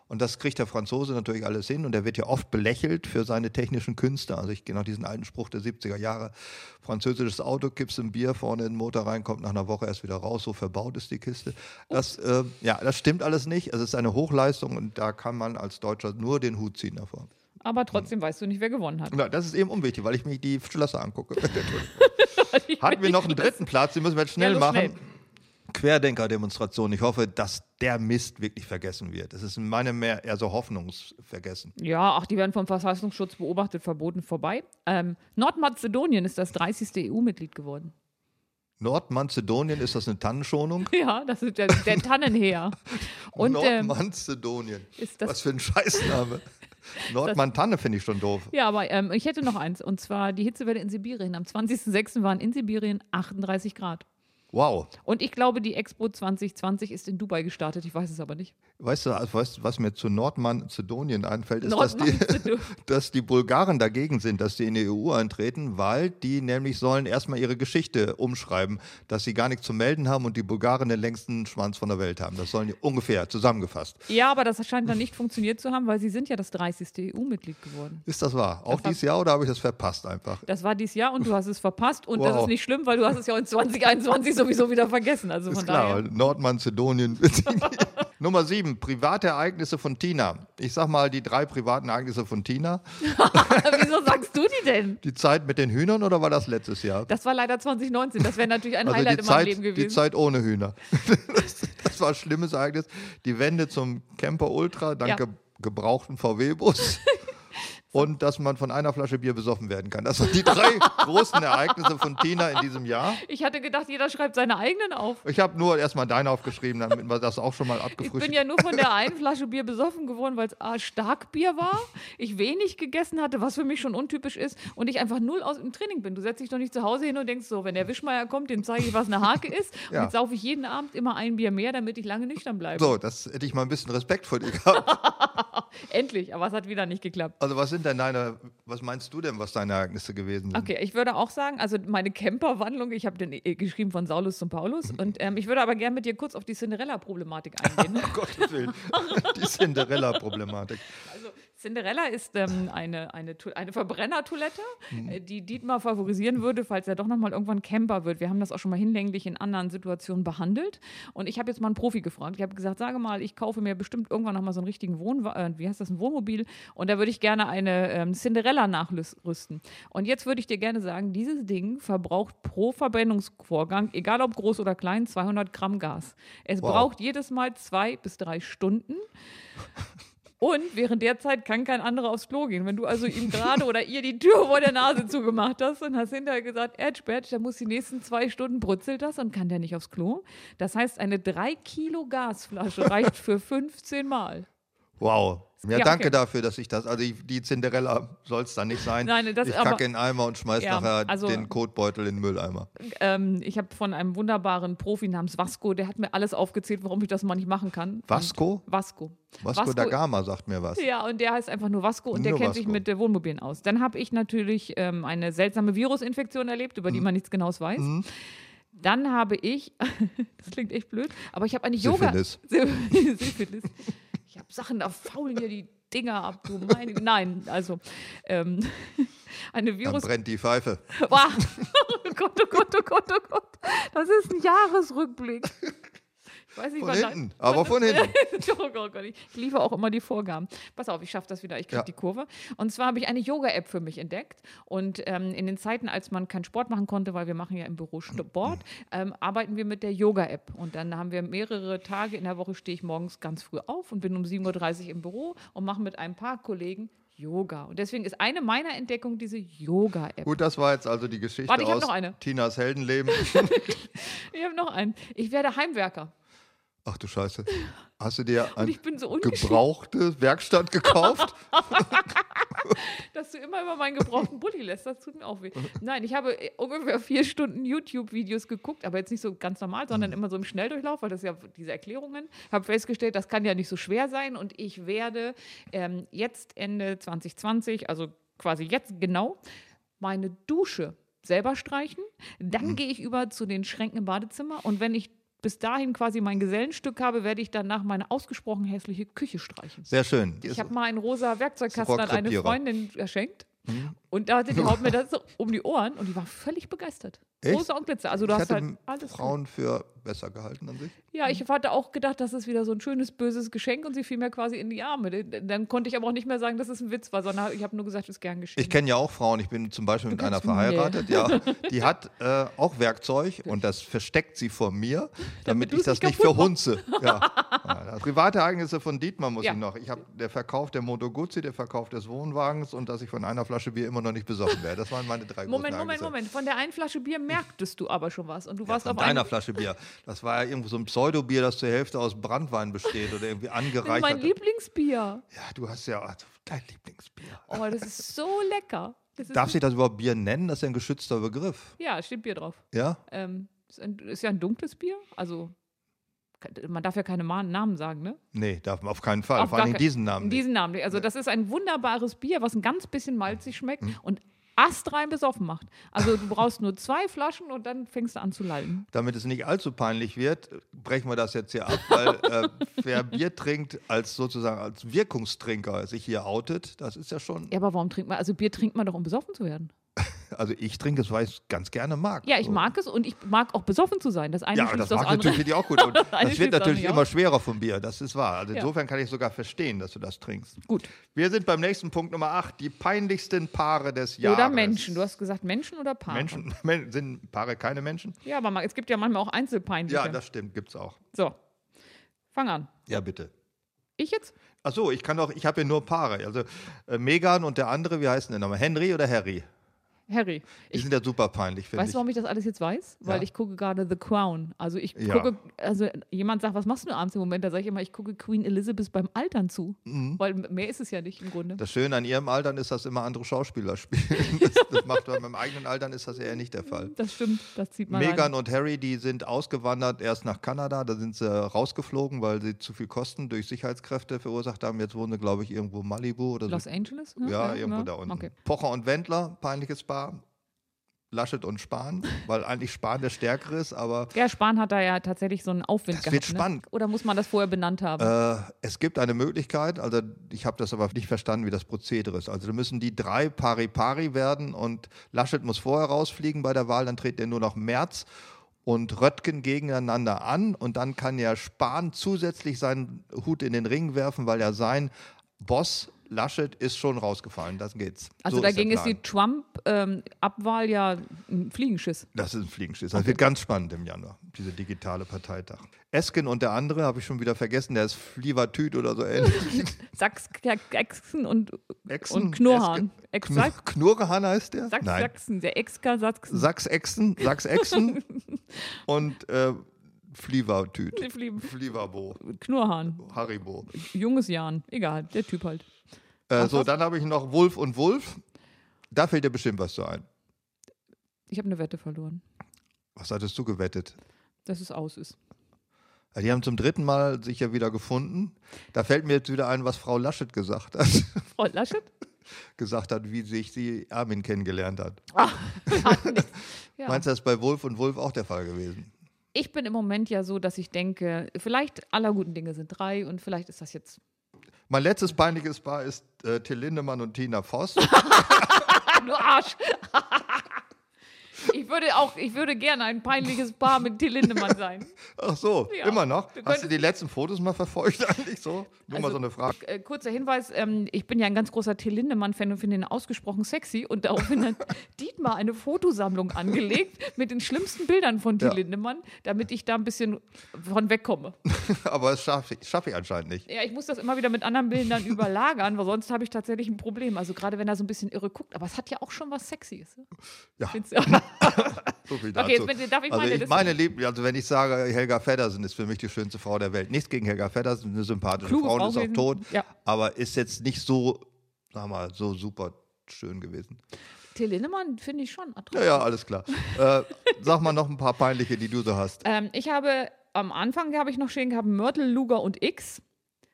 Und das kriegt der Franzose natürlich alles hin und er wird ja oft belächelt für seine technischen Künste. Also ich gehe nach diesen alten Spruch der 70er Jahre, französisches Auto, kippst ein Bier vorne in den Motor rein, kommt nach einer Woche erst wieder raus, so verbaut ist die Kiste. Das, äh, ja, das stimmt alles nicht. Es ist eine Hochleistung und da kann man als Deutscher nur den Hut ziehen davor.
Aber trotzdem weißt du nicht, wer gewonnen hat.
Ja, das ist eben unwichtig, weil ich mir die Schlösser angucke. Hatten wir noch einen dritten Platz, den müssen wir jetzt schnell
Ja, los,
machen.
schnell.
Querdenker-Demonstration. Ich hoffe, dass der Mist wirklich vergessen wird. Es ist in meinem mehr eher so hoffnungsvergessen.
Ja, ach, die werden vom Verfassungsschutz beobachtet, verboten vorbei. Ähm, Nordmazedonien ist das 30. EU-Mitglied geworden.
Nordmazedonien, ist das eine Tannenschonung?
Ja, das ist der, der Tannenheer. Und ähm,
Nordmazedonien.
ist das
Was für ein Scheißname. Nordmantanne finde ich schon doof.
Ja, aber ähm, ich hätte noch eins. Und zwar die Hitzewelle in Sibirien. Am 20.06. waren in Sibirien 38 Grad.
Wow.
Und ich glaube, die Expo 2020 ist in Dubai gestartet. Ich weiß es aber nicht.
Weißt du, also, weißt, du, was mir zu Nordmazedonien einfällt, ist, dass die,
Nordmazedonien.
dass die Bulgaren dagegen sind, dass die in die EU eintreten, weil die nämlich sollen erstmal ihre Geschichte umschreiben, dass sie gar nichts zu melden haben und die Bulgaren den längsten Schwanz von der Welt haben. Das sollen die ungefähr zusammengefasst.
ja, aber das scheint dann nicht funktioniert zu haben, weil sie sind ja das 30. EU-Mitglied geworden.
Ist das wahr? Auch
war-
dieses Jahr oder habe ich das verpasst einfach?
Das war dieses Jahr und du hast es verpasst. Und das
Wow.
ist nicht schlimm, weil du hast es ja in 2021 sowieso wieder vergessen. Also von
Ist klar,
daher.
Nordmazedonien. Nummer sieben, Privatereignisse von Tina. Ich sag mal die drei privaten Ereignisse von Tina.
Wieso sagst du die denn?
Die Zeit mit den Hühnern oder war das letztes Jahr?
Das war leider 2019. Das wäre natürlich ein
also
Highlight
die
in meinem
Zeit,
Leben
die
gewesen.
Zeit ohne Hühner. das, das war ein schlimmes Ereignis. Die Wende zum Camper Ultra, dank
Ja.
ge gebrauchten VW-Bus. Und dass man von einer Flasche Bier besoffen werden kann. Das sind die drei großen Ereignisse von Tina in diesem Jahr.
Ich hatte gedacht, jeder schreibt seine eigenen auf.
Ich habe nur erstmal deine aufgeschrieben, damit wir das auch schon mal
Ich bin
abgefrühstückt
ja nur von der einen Flasche Bier besoffen geworden, weil es A, Starkbier war, ich wenig gegessen hatte, was für mich schon untypisch ist und ich einfach null aus dem Training bin. Du setzt dich doch nicht zu Hause hin und denkst so, wenn der Wischmeier kommt, dem zeige ich, was eine Hake ist und
Ja.
jetzt saufe ich jeden Abend immer ein Bier mehr, damit ich lange nüchtern bleibe.
So, das hätte ich mal ein bisschen Respekt vor dir gehabt.
Endlich, aber es hat wieder nicht geklappt.
Also, was sind denn deine, was meinst du denn, was deine Ereignisse gewesen sind?
Okay, ich würde auch sagen, also meine Camperwandlung, ich habe den äh, geschrieben von Saulus zum Paulus und ähm, ich würde aber gerne mit dir kurz auf die Cinderella-Problematik eingehen.
Um Gottes Willen. Die Cinderella-Problematik.
Also Cinderella ist ähm, eine, eine, Tu- eine Verbrennertoilette, äh, die Dietmar favorisieren würde, falls er doch nochmal irgendwann Camper wird. Wir haben das auch schon mal hinlänglich in anderen Situationen behandelt. Und ich habe jetzt mal einen Profi gefragt. Ich habe gesagt, sage mal, ich kaufe mir bestimmt irgendwann nochmal so einen richtigen Wohn äh, wie heißt das, ein Wohnmobil. Und da würde ich gerne eine ähm, Cinderella nachrüsten. Und jetzt würde ich dir gerne sagen, dieses Ding verbraucht pro Verbrennungsvorgang, egal ob groß oder klein, 200 Gramm Gas. Es
Wow.
braucht jedes Mal zwei bis drei Stunden. Und während der Zeit kann kein anderer aufs Klo gehen. Wenn du also ihm gerade oder ihr die Tür vor der Nase zugemacht hast und hast hinterher gesagt, Edge Badge, der muss die nächsten zwei Stunden brutzelt das und kann der nicht aufs Klo. Das heißt, eine 3 Kilo Gasflasche reicht für 15 Mal.
Wow. Ja,
Ja,
danke
okay.
dafür, dass ich das. Also, ich, die Cinderella soll es dann nicht sein.
Nein, das-
ich
aber-
kacke in den Eimer und schmeiß
Ja,
nachher
also-
den Kotbeutel in den Mülleimer.
Ähm, ich habe von einem wunderbaren Profi namens Vasco, der hat mir alles aufgezählt, warum ich das mal nicht machen kann. Ähm,
Vasco?
Vasco.
Vasco, da Gama sagt mir was.
Ja, und der heißt einfach nur Vasco und der
Nur
kennt sich
Vasco.
mit äh, Wohnmobilen aus. Dann habe ich natürlich ähm, eine seltsame Virusinfektion erlebt,
Mhm.
über die man nichts Genaues weiß. Dann habe ich, das klingt echt blöd, aber ich habe eine Yoga.
Syphilis.
Syph- Syphilis. Ich habe Sachen, da faulen mir die Dinger ab. Du meine, nein, also ähm, eine
Dann
Virus.
brennt die Pfeife.
Boah. Oh Gott, oh Gott, oh Gott, oh Gott. Das ist ein Jahresrückblick. Ich weiß nicht,
Von
wann da-
hinten. Aber von hinten.
oh Gott, oh Gott, ich ich liebe auch immer die Vorgaben. Pass auf, ich schaffe das wieder, ich kriege
Ja.
die Kurve. Und zwar habe ich eine Yoga-App für mich entdeckt. Und ähm, in den Zeiten, als man keinen Sport machen konnte, weil wir machen ja im Büro Sport, ähm, arbeiten wir mit der Yoga-App. Und dann haben wir mehrere Tage in der Woche, stehe ich morgens ganz früh auf und bin um 7.30 Uhr im Büro und mache mit ein paar Kollegen Yoga. Und deswegen ist eine meiner Entdeckungen diese Yoga-App.
Gut, das war jetzt also die Geschichte
Warte, ich hab
aus
noch eine.
Tinas Heldenleben.
Ich habe noch einen. Ich werde Heimwerker.
Ach du Scheiße. Hast du dir ein
ich bin so ungeschickt.
gebrauchte Werkstatt gekauft?
dass du immer über meinen gebrauchten Bulli lässt. Das tut mir auch weh. Nein, ich habe äh, ungefähr vier Stunden YouTube-Videos geguckt, aber jetzt nicht so ganz normal, sondern immer so im Schnelldurchlauf, weil das ja diese Erklärungen. Habe festgestellt, das kann ja nicht so schwer sein und ich werde ähm, jetzt Ende 2020, also quasi jetzt genau, meine Dusche selber streichen. Dann gehe ich über zu den Schränken im Badezimmer und wenn ich bis dahin quasi mein Gesellenstück habe, werde ich danach meine ausgesprochen hässliche Küche streichen.
Sehr schön.
Ich habe mal einen rosa Werkzeugkasten an eine
Rohrkrepierer.
Freundin geschenkt. Und da hatte die haut mir das so um die Ohren und die war völlig begeistert.
Echt?
Rosa und Glitzer. Also du
ich
hast
hätte
halt alles.
Frauen für besser gehalten an sich.
Ja, ich hatte auch gedacht, das ist wieder so ein schönes, böses Geschenk und sie fiel mir quasi in die Arme. Dann konnte ich aber auch nicht mehr sagen, dass es ein Witz war, sondern ich habe nur gesagt, es ist gern geschenkt.
Ich kenne ja auch Frauen, ich bin zum Beispiel mit einer
kannst- nee.
verheiratet, ja, die hat äh, auch Werkzeug und das versteckt sie vor mir, damit,
Damit
ich
du's
das
nicht
nicht
kaputt
verhunze. Ja. Ja, private Ereignisse von Dietmar muss
Ja.
ich noch. Ich habe der Verkauf der Moto Guzzi, der Verkauf des Wohnwagens und dass ich von einer Flasche Bier immer noch nicht besoffen werde. Das waren meine drei großen
Moment, Moment,
Ereignisse.
Moment. Von der einen Flasche Bier merktest du aber schon was. Und du warst
Von
auf einem.
deiner Flasche Bier. Das war ja irgendwo so ein Pseudobier, das zur Hälfte aus Brandwein besteht oder irgendwie
Das ist mein
angereichert.
Lieblingsbier.
Ja, du hast ja also, dein Lieblingsbier.
Oh, das ist so lecker. Das ist
Darf sich das überhaupt Bier nennen? Das ist ja ein geschützter Begriff.
ja, steht Bier drauf.
Ja?
Ähm, ist, ein, ist ja ein dunkles Bier. Also, man darf ja keine Ma- Namen sagen, ne?
Nee, darf man auf keinen Fall.
Auf
Vor allem
gar
diesen Namen. Nicht.
Diesen Namen. nicht. Also, das ist ein wunderbares Bier, was ein ganz bisschen malzig schmeckt
Mhm.
und astrein besoffen macht. Also, du brauchst nur zwei Flaschen und dann fängst du an zu lallen.
Damit es nicht allzu peinlich wird, brechen wir das jetzt hier ab, weil äh, wer Bier trinkt als sozusagen als Wirkungstrinker sich hier outet, das ist ja schon.
Ja, aber warum trinkt man? Also, Bier trinkt man doch, um besoffen zu werden.
Also ich trinke es, weil ich es ganz gerne mag.
Ja, ich
So.
mag es und ich mag auch besoffen zu sein. Das eine
Ja,
schließt
das
das,
mag
andere.
natürlich auch gut. Und
Das eine
das wird
schließt das
natürlich
nicht
immer
aus.
schwerer vom Bier, das ist wahr. Also
Ja.
insofern kann ich sogar verstehen, dass du das trinkst.
Gut.
Wir sind beim nächsten Punkt Nummer 8, die peinlichsten Paare des Jahres.
Oder Menschen. Du hast gesagt Menschen oder Paare.
Menschen Men- sind Paare keine Menschen?
Ja, aber man, es gibt ja manchmal auch Einzelpeinliche.
Ja, das stimmt, gibt's auch.
so, fang an.
Ja, bitte.
Ich jetzt?
Ach so, ich kann doch, ich habe hier nur Paare. Also äh, Megan und der andere, wie heißen der nochmal? Henry oder Harry?
Harry.
Die
Ich,
sind ja super peinlich, finde
weißt
ich.
du, warum ich das alles jetzt weiß? Weil
Ja.
ich gucke gerade The Crown. Also ich
Ja.
gucke, also jemand sagt, was machst du denn abends im Moment? Da sage ich immer, ich gucke Queen Elizabeth beim Altern zu. Weil mehr ist es ja nicht im Grunde.
Mhm. Das Schöne an ihrem Altern ist, dass immer andere Schauspieler spielen. Das, das macht man beim eigenen Altern ist das eher nicht der Fall.
Das stimmt, das zieht man
Megan
rein.
und Harry, die sind ausgewandert erst nach Kanada, da sind sie rausgeflogen, weil sie zu viel Kosten durch Sicherheitskräfte verursacht haben. Jetzt wohnen sie, glaube ich, irgendwo in Malibu oder so.
Los Angeles? ne?
Ja, irgendwo
ne?
da unten.
Okay.
Pocher und Wendler, peinliches Paar. Laschet und Spahn, weil eigentlich Spahn der Stärkere ist, aber
Ja, Spahn hat da ja tatsächlich so einen Aufwind
Das
gehabt.
wird
Ne?
spannend.
Oder muss man das vorher benannt haben?
Äh, es gibt eine Möglichkeit, also ich habe das aber nicht verstanden, wie das Prozedere ist. Also da müssen die drei pari pari werden und Laschet muss vorher rausfliegen bei der Wahl, dann treten er nur noch März und Röttgen gegeneinander an und dann kann ja Spahn zusätzlich seinen Hut in den Ring werfen, weil ja sein Boss Laschet ist schon rausgefallen. Das geht's.
also
So
dagegen
der
ist, die
Plan.
Trump-Abwahl ja ein Fliegenschiss.
Das ist ein Fliegenschiss. Das wird ganz spannend im Januar, diese digitale Parteitag. Esken und der andere habe ich schon wieder vergessen, der ist Flievertüt oder so ähnlich.
Sachs, Sachsen und
Echsen?
Und Knurrhahn.
Eske-
Exakt.
Knur- Knurrhahn heißt der?
Sachs,
Nein.
Sachsen, der Exka Sachsen.
Sachs-Echsen, Sachs-Echsen und äh, Flievertüt.
Flie-
Flieverbo,
Knurrhahn,
Haribo.
junges Jan, egal, der Typ halt.
Äh, so, dann habe ich noch Wolf und Wolf. Da fällt dir bestimmt was zu ein.
Ich habe eine Wette verloren,
Was hattest du gewettet?
dass es aus ist.
Äh, Die haben zum dritten Mal sich ja wieder gefunden. Da fällt mir jetzt wieder ein, was Frau Laschet gesagt hat,
Frau Laschet?
gesagt hat, wie sich sie Armin kennengelernt hat.
Ja.
Meinst du, das ist bei Wolf und Wolf auch der Fall gewesen?
ich bin im Moment ja so, dass ich denke, vielleicht aller guten Dinge sind drei und vielleicht ist das jetzt.
Mein letztes peinliches Paar ist äh, Till Lindemann und Tina Voss.
Ah, du Arsch! Ich würde auch, ich würde gerne ein peinliches Paar mit Till Lindemann sein.
Ach so,
Ja.
immer noch. Hast
Du
du
könntest-
die letzten Fotos mal verfolgt eigentlich so? Nur mal
Also-
so eine Frage.
Äh, kurzer Hinweis, ähm, ich bin ja ein ganz großer Till Lindemann-Fan und finde ihn ausgesprochen sexy. Und daraufhin hat Dietmar eine Fotosammlung angelegt mit den schlimmsten Bildern von Till
Ja.
Lindemann, damit ich da ein bisschen von wegkomme.
Aber das schaffe ich, schaff ich anscheinend nicht.
Ja, ich muss das immer wieder mit anderen Bildern überlagern, weil sonst habe ich tatsächlich ein Problem. Also gerade wenn er so ein bisschen irre guckt, aber es hat ja auch schon was Sexyes. ne?
Ja.
Findest du?
So viel dazu.
Okay, jetzt bitte, darf ich
also
meine
ich
Liste-
meine Lieb also wenn ich sage, Helga Feddersen ist für mich die schönste Frau der Welt. Nichts gegen Helga Feddersen, eine sympathische
Kluge
Frau, und
Frau
ist auch
gewesen.
tot.
Ja.
Aber ist jetzt nicht so sag mal, so super schön gewesen.
Till Lindemann finde ich schon
Ja,
attraktiv.
ja, alles klar. äh, sag mal noch ein paar peinliche, die du so hast.
Ähm, ich habe am Anfang habe ich noch stehen gehabt Mörtel, Luger und X.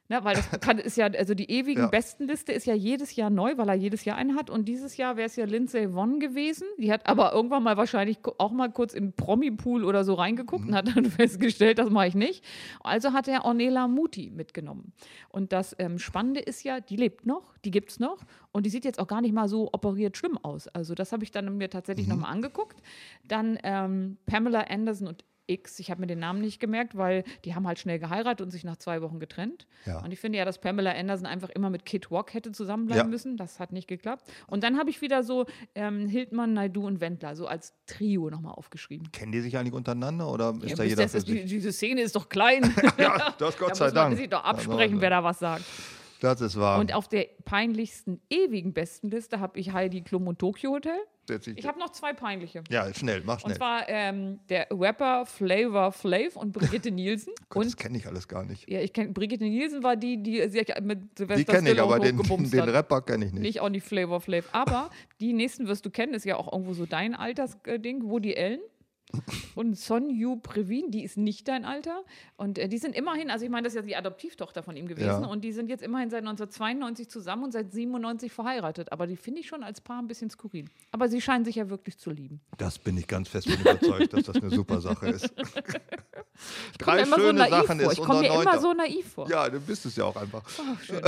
Ne, weil das kann, ist ja, also die ewigen
Ja.
Bestenliste ist ja jedes Jahr neu, weil er jedes Jahr einen hat. Und dieses Jahr wäre es ja Lindsay Vonn gewesen. Die hat aber irgendwann mal wahrscheinlich ko- auch mal kurz in Promi-Pool oder so reingeguckt und hat dann festgestellt, das mache ich nicht. Also hat er Ornella Muti mitgenommen. Und das ähm, Spannende ist ja, die lebt noch, die gibt es noch. Und die sieht jetzt auch gar nicht mal so operiert schlimm aus. Also das habe ich dann mir tatsächlich noch nochmal angeguckt. Dann ähm, Pamela Anderson und X. Ich habe mir den Namen nicht gemerkt, weil die haben halt schnell geheiratet und sich nach zwei Wochen getrennt.
Ja.
Und ich finde ja, dass Pamela Anderson einfach immer mit Kid Rock hätte zusammenbleiben
Ja.
müssen. Das hat nicht geklappt. Und dann habe ich wieder so ähm, Hildmann, Naidu und Wendler so als Trio nochmal aufgeschrieben.
Kennen die sich eigentlich untereinander oder ist
Ja,
da
bis
jeder
das
für
ist, die,
sich?
diese Szene ist doch klein.
Ja, das Gott
da
sei
muss
Dank. Also,
man sich doch absprechen, wer da was sagt.
Das ist wahr.
Und auf der peinlichsten, ewigen Bestenliste habe ich Heidi Klum und Tokyo Hotel.
Setz dich-
Ich habe noch zwei peinliche.
ja, schnell, mach
Und
schnell.
zwar ähm, der Rapper Flavor Flav und Brigitte Nielsen.
Gott,
und
das kenne ich alles gar nicht.
ja, ich kenne Brigitte Nielsen war die, die sich mit
Die
Sylvester
kenne ich,
Stallone
aber den,
hochgebumst
den
hat.
Rapper kenne ich nicht.
Nicht auch nicht Flavor Flav. Aber die nächsten wirst du kennen, ist ja auch irgendwo so dein Altersding, Woody Allen. Und Sonju Previn, die ist nicht dein Alter. Und äh, die sind immerhin, also ich meine, das ist ja die Adoptivtochter von ihm gewesen.
Ja.
Und die sind jetzt immerhin seit 1992 zusammen und seit 97 verheiratet. Aber die finde ich schon als Paar ein bisschen skurril. Aber sie scheinen sich ja wirklich zu lieben.
Das bin ich ganz fest von überzeugt, dass das eine super Sache ist. Drei
Ich komme mir
schöne
immer so naiv
Sachen
vor.
ist
Ich komme
unser
mir
neunter.
immer so naiv vor.
ja, du bist es ja auch einfach.
schön.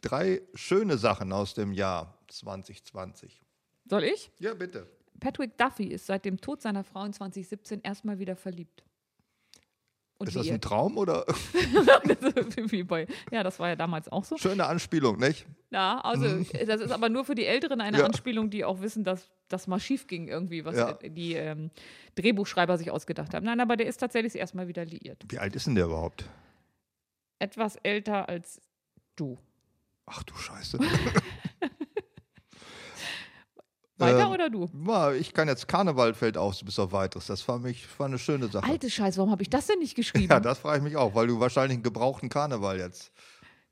Drei schöne Sachen aus dem Jahr 2020.
Soll ich?
Ja, bitte.
Patrick Duffy ist seit dem Tod seiner Frau in 2017 erstmal wieder verliebt. Und
Ist das
wie
ein Traum oder
ihr- wie bei, ja, das war ja damals auch so.
schöne Anspielung, nicht?
Ja, also äh, das ist aber nur für die Älteren eine
Ja.
Anspielung, die auch wissen, dass das mal schief ging irgendwie, was
Ja.
äh, die ähm, Drehbuchschreiber sich ausgedacht haben. Nein, aber der ist tatsächlich erstmal wieder liiert.
Wie alt ist denn der überhaupt?
Etwas älter als du.
Ach du Scheiße.
Weiter
Ähm,
oder du?
Ma, Ich kann jetzt Karneval fällt aus bis auf weiteres. Das war, mich, war eine schöne Sache.
Alte Scheiße, warum habe ich das denn nicht geschrieben?
Ja, das frage ich mich auch, weil du wahrscheinlich einen gebrauchten Karneval jetzt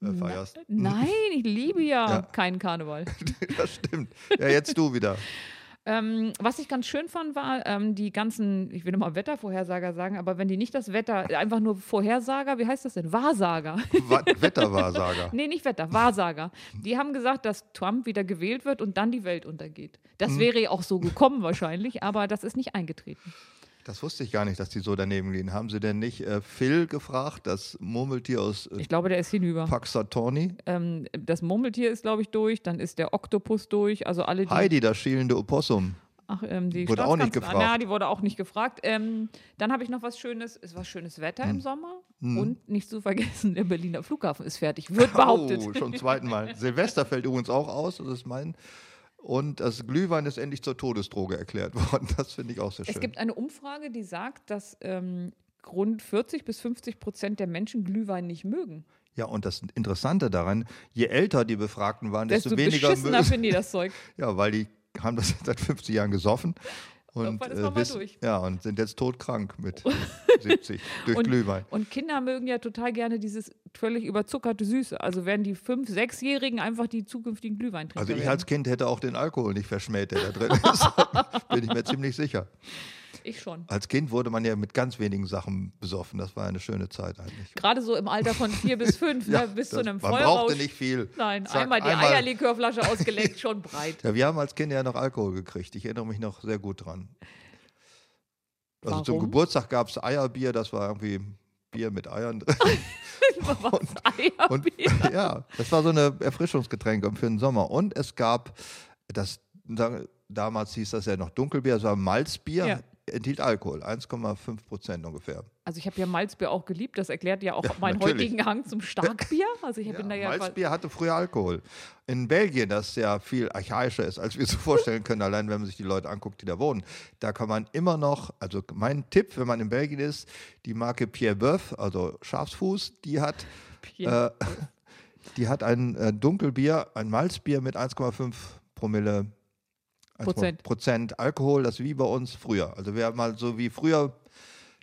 äh, feierst.
Nein, ich liebe ja,
Ja.
keinen Karneval.
das stimmt. Ja, jetzt du wieder.
Ähm, was ich ganz schön fand, war ähm, die ganzen, ich will immer Wettervorhersager sagen, aber wenn die nicht das Wetter, einfach nur Vorhersager, wie heißt das denn? Wahrsager.
Wa- Wetterwahrsager.
Nee, nicht Wetter, Wahrsager. Die haben gesagt, dass Trump wieder gewählt wird und dann die Welt untergeht.
Mhm.
Das wäre ja auch so gekommen wahrscheinlich, aber das ist nicht eingetreten.
Das wusste ich gar nicht, dass die so daneben liegen. Haben sie denn nicht äh, Phil gefragt, das Murmeltier aus äh,
Ich glaube, der ist hinüber.
Paxatoni?
Ähm, das Murmeltier ist, glaube ich, durch, dann ist der Oktopus durch, also alle die.
Heidi, das schielende Opossum.
Ach, ähm, die
Wurde auch nicht
Staatskanzler-
gefragt.
Na, die wurde auch nicht gefragt. Ähm, dann habe ich noch was Schönes. Es war schönes Wetter
Mhm.
im Sommer. Und nicht zu vergessen, der Berliner Flughafen ist fertig. Wird behauptet.
Oh, schon zum zweiten Mal. Silvester fällt übrigens auch aus, das ist mein. Und das Glühwein ist endlich zur Todesdroge erklärt worden. Das finde ich auch sehr schön.
es gibt eine Umfrage, die sagt, dass ähm, rund 40 bis 50 Prozent der Menschen Glühwein nicht mögen.
ja, und das Interessante daran, je älter die Befragten waren, desto,
Desto
weniger
beschissener
mögen.
finden die das Zeug.
Ja, weil die haben das jetzt seit 50 Jahren gesoffen. Und, äh,
Irgendwann ist man mal durch.
Ja, und sind jetzt todkrank mit 70 durch
Und,
Glühwein.
und Kinder mögen ja total gerne dieses völlig überzuckerte Süße. Also werden die 5-, 6-Jährigen einfach die zukünftigen Glühweintrinker
Also ich
werden.
als Kind hätte auch den Alkohol nicht verschmäht, der da drin ist. Bin ich mir ziemlich sicher.
Ich schon.
Als Kind wurde man ja mit ganz wenigen Sachen besoffen. Das war eine schöne Zeit eigentlich.
Gerade so im Alter von 4 bis 5,
Ja,
ne, bis zu
das-
einem
Man
Feuerrausch.
brauchte nicht viel.
Nein,
Zack,
einmal die Eierlikörflasche ausgeleckt, schon breit.
Ja, wir haben als Kinder ja noch Alkohol gekriegt. Ich erinnere mich noch sehr gut dran. Also zum
Warum?
Geburtstag gab es Eierbier, das war irgendwie Bier mit Eiern drin.
Was?
Und
Eierbier?
ja, das war so eine Erfrischungsgetränk für den Sommer. Und es gab das, da, damals hieß das ja noch Dunkelbier, es war Malzbier,
Ja.
enthielt Alkohol, 1,5 Prozent ungefähr.
Also ich habe ja Malzbier auch geliebt, das erklärt ja auch meinen
natürlich.
heutigen Hang zum Starkbier. Also ich bin da ja quasi-
Malzbier hatte früher Alkohol. In Belgien, das ja viel archaischer ist, als wir es so vorstellen können, allein wenn man sich die Leute anguckt, die da wohnen, da kann man immer noch, also mein Tipp, wenn man in Belgien ist, die Marke Pierre Boeuf, also Schafsfuß, die hat
Bier.
Äh, die hat ein äh, Dunkelbier, ein Malzbier mit 1,5 Promille 1,5
Prozent.
Prozent Alkohol, das ist wie bei uns früher. Also wer mal so wie früher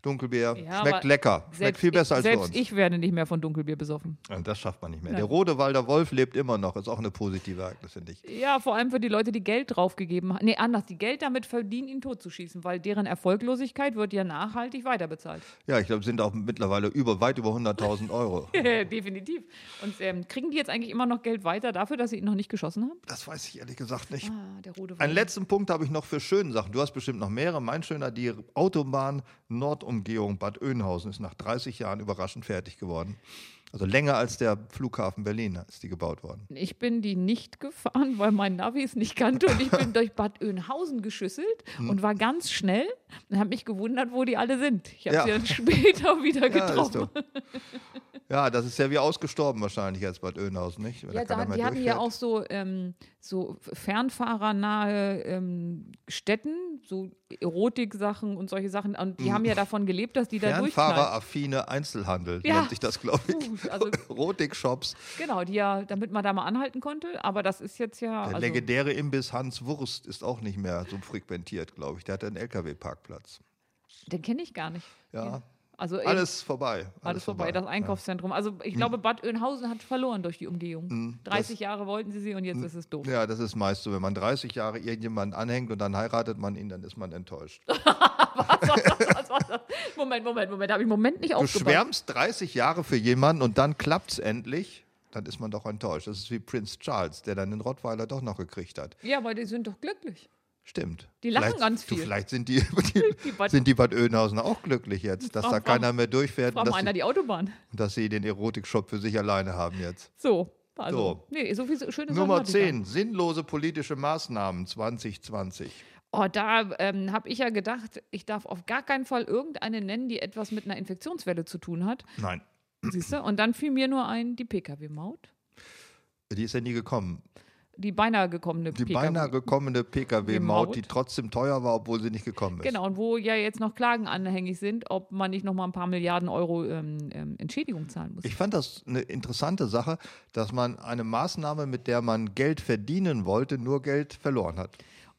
Dunkelbier
Ja,
schmeckt
aber
lecker. Schmeckt
Selbst
viel besser als
ich,
bei
Selbst
uns.
ich werde nicht mehr von Dunkelbier besoffen.
Ja, Das schafft man nicht mehr.
Nein.
Der Rodewalder Wolf lebt immer noch. Ist auch eine positive Ereignis, finde ich.
Ja, vor allem für die Leute, die Geld draufgegeben haben. Nee, anders, die Geld damit verdienen, ihn totzuschießen, weil deren Erfolglosigkeit wird ja nachhaltig weiterbezahlt.
Ja, ich glaube, sind auch mittlerweile über, weit über 100.000 Euro.
Definitiv. Und ähm, kriegen die jetzt eigentlich immer noch Geld weiter dafür, dass sie ihn noch nicht geschossen haben?
Das weiß ich ehrlich gesagt nicht.
Ah, der rote
Einen
Wolf.
letzten Punkt habe ich noch für schöne Sachen. Du hast bestimmt noch mehrere. Mein schöner, die Autobahn Nordumgehung Bad Oeynhausen ist nach 30 Jahren überraschend fertig geworden. Also länger als der Flughafen Berlin ist die gebaut worden.
Ich bin die nicht gefahren, weil mein Navi es nicht kannte und ich bin durch Bad Oeynhausen geschüsselt
Hm.
und war ganz schnell und habe mich gewundert, wo die alle sind. Ich habe
Ja.
sie dann später wieder
ist
getroffen.
doch- ja, das ist ja wie ausgestorben wahrscheinlich jetzt Bad Oeynhausen, nicht? Weil
Ja,
keiner
da,
mehr
die hatten ja auch
durchfährt.
so, ähm, so fernfahrernahe ähm, Städten, so Erotiksachen und solche Sachen. Und
Mhm.
die haben ja davon gelebt, dass die da durchknallen.
Fernfahreraffine Einzelhandel
Ja.
nennt sich das, glaube
Gut,
ich.
also-
Erotik-Shops.
Genau, die ja, damit man da mal anhalten konnte. Aber das ist jetzt ja.
Der
Also,
legendäre Imbiss Hans Wurst ist auch nicht mehr so frequentiert, glaube ich. Der hat einen LKW-Parkplatz.
den kenne ich gar nicht.
Ja,
Also eben-
alles vorbei. Mhm. Alles,
Alles vorbei, das Einkaufszentrum. Also ich glaube, Bad Oeynhausen hat verloren durch die Umgehung. 30 Jahre wollten sie sie und jetzt ist es doof.
Mhm. Ja, das ist meist so, wenn man 30 Jahre irgendjemanden anhängt und dann heiratet man ihn, dann ist man enttäuscht.
Was war das? Also, Moment, Moment, Moment, da habe ich einen Moment nicht
Du
aufgepasst.
schwärmst 30 Jahre für jemanden und dann klappt's endlich, dann ist man doch enttäuscht. Das ist wie Prinz Charles, der dann den Rottweiler doch noch gekriegt hat.
Ja, aber die sind doch glücklich.
Stimmt.
Die lachen
vielleicht,
ganz viel.
Du, vielleicht sind die, die,
Bad-
sind die Bad Oeynhausen auch glücklich jetzt, dass
Frau-
da
Frau-
keiner mehr durchfährt
Frau
und dass
meiner
sie,
die Autobahn.
dass sie den Erotikshop für sich alleine haben jetzt.
So. Also,
So.
nee, so viele schöne
Nummer
Sachen. hatte ich da.
10, sinnlose politische Maßnahmen 2020.
Oh, da ähm, habe ich ja gedacht, ich darf auf gar keinen Fall irgendeine nennen, die etwas mit einer Infektionswelle zu tun hat.
Nein,
Siehst du? Und dann fiel mir nur ein, die Pkw-Maut.
die ist ja nie gekommen.
Die beinahe gekommene
Die
Pkw.
beinahe gekommene
Maut.
Pkw-Maut, die trotzdem teuer war, obwohl sie nicht gekommen ist.
Genau, und wo ja jetzt noch Klagen anhängig sind, ob man nicht nochmal ein paar Milliarden Euro ähm, ähm, Entschädigung zahlen muss.
Ich fand das eine interessante Sache, dass man eine Maßnahme, mit der man Geld verdienen wollte, nur Geld verloren hat.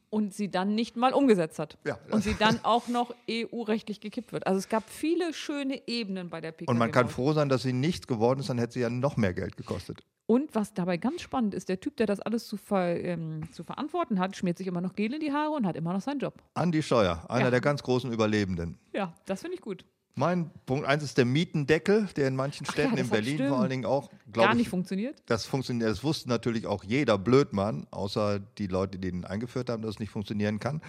und sie dann nicht mal umgesetzt hat.
Ja.
Und sie dann auch noch EU-rechtlich gekippt wird. Also es gab viele schöne Ebenen bei der PKW.
Und man kann froh sein, dass sie nichts geworden ist, dann hätte sie ja noch mehr Geld gekostet.
Und was dabei ganz spannend ist, der Typ, der das alles zu, ver, ähm, zu verantworten hat, schmiert sich immer noch Gel in die Haare und hat immer noch seinen Job.
Andi Scheuer, einer
Ja.
der ganz großen Überlebenden.
Ja, das finde ich gut.
Mein Punkt eins ist der Mietendeckel, der in manchen
ja,
Städten,
das
in
hat-
Berlin
stimmt.
vor allen Dingen auch,
Gar
glaube
nicht
ich,
funktioniert.
das funktioniert. Das wusste natürlich auch jeder Blödmann, außer die Leute, die den eingeführt haben, dass es nicht funktionieren kann,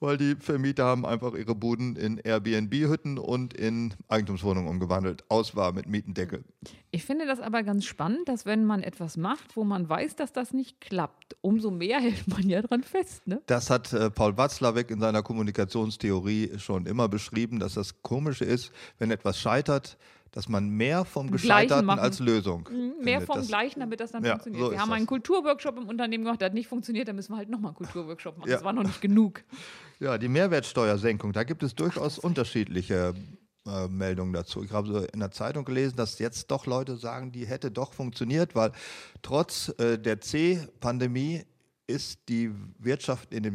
weil die Vermieter haben einfach ihre Buden in Airbnb-Hütten und in Eigentumswohnungen umgewandelt. Aus war mit Mietendeckel.
Ich finde das aber ganz spannend, dass wenn man etwas macht, wo man weiß, dass das nicht klappt, umso mehr hält man ja dran fest. Ne?
Das hat äh, Paul Watzlawick in seiner Kommunikationstheorie schon immer beschrieben, dass das Komische ist, wenn etwas scheitert, dass man mehr vom
Gleichen
Gescheiterten
machen. Mhm,
als Lösung.
Hm, Mehr
findet.
vom
Äh, das,
Gleichen, damit das dann
Ja,
funktioniert.
so
wir
ist
haben
das.
einen Kulturworkshop im Unternehmen gemacht, der hat nicht funktioniert, da müssen wir halt nochmal einen Kulturworkshop machen.
Ja.
Das war noch nicht genug.
Ja, die Mehrwertsteuersenkung, da gibt es durchaus unterschiedliche äh, Meldungen dazu. Ich habe so in der Zeitung gelesen, dass jetzt doch Leute sagen, die hätte doch funktioniert, weil trotz äh, der C-Pandemie ist die Wirtschaft in den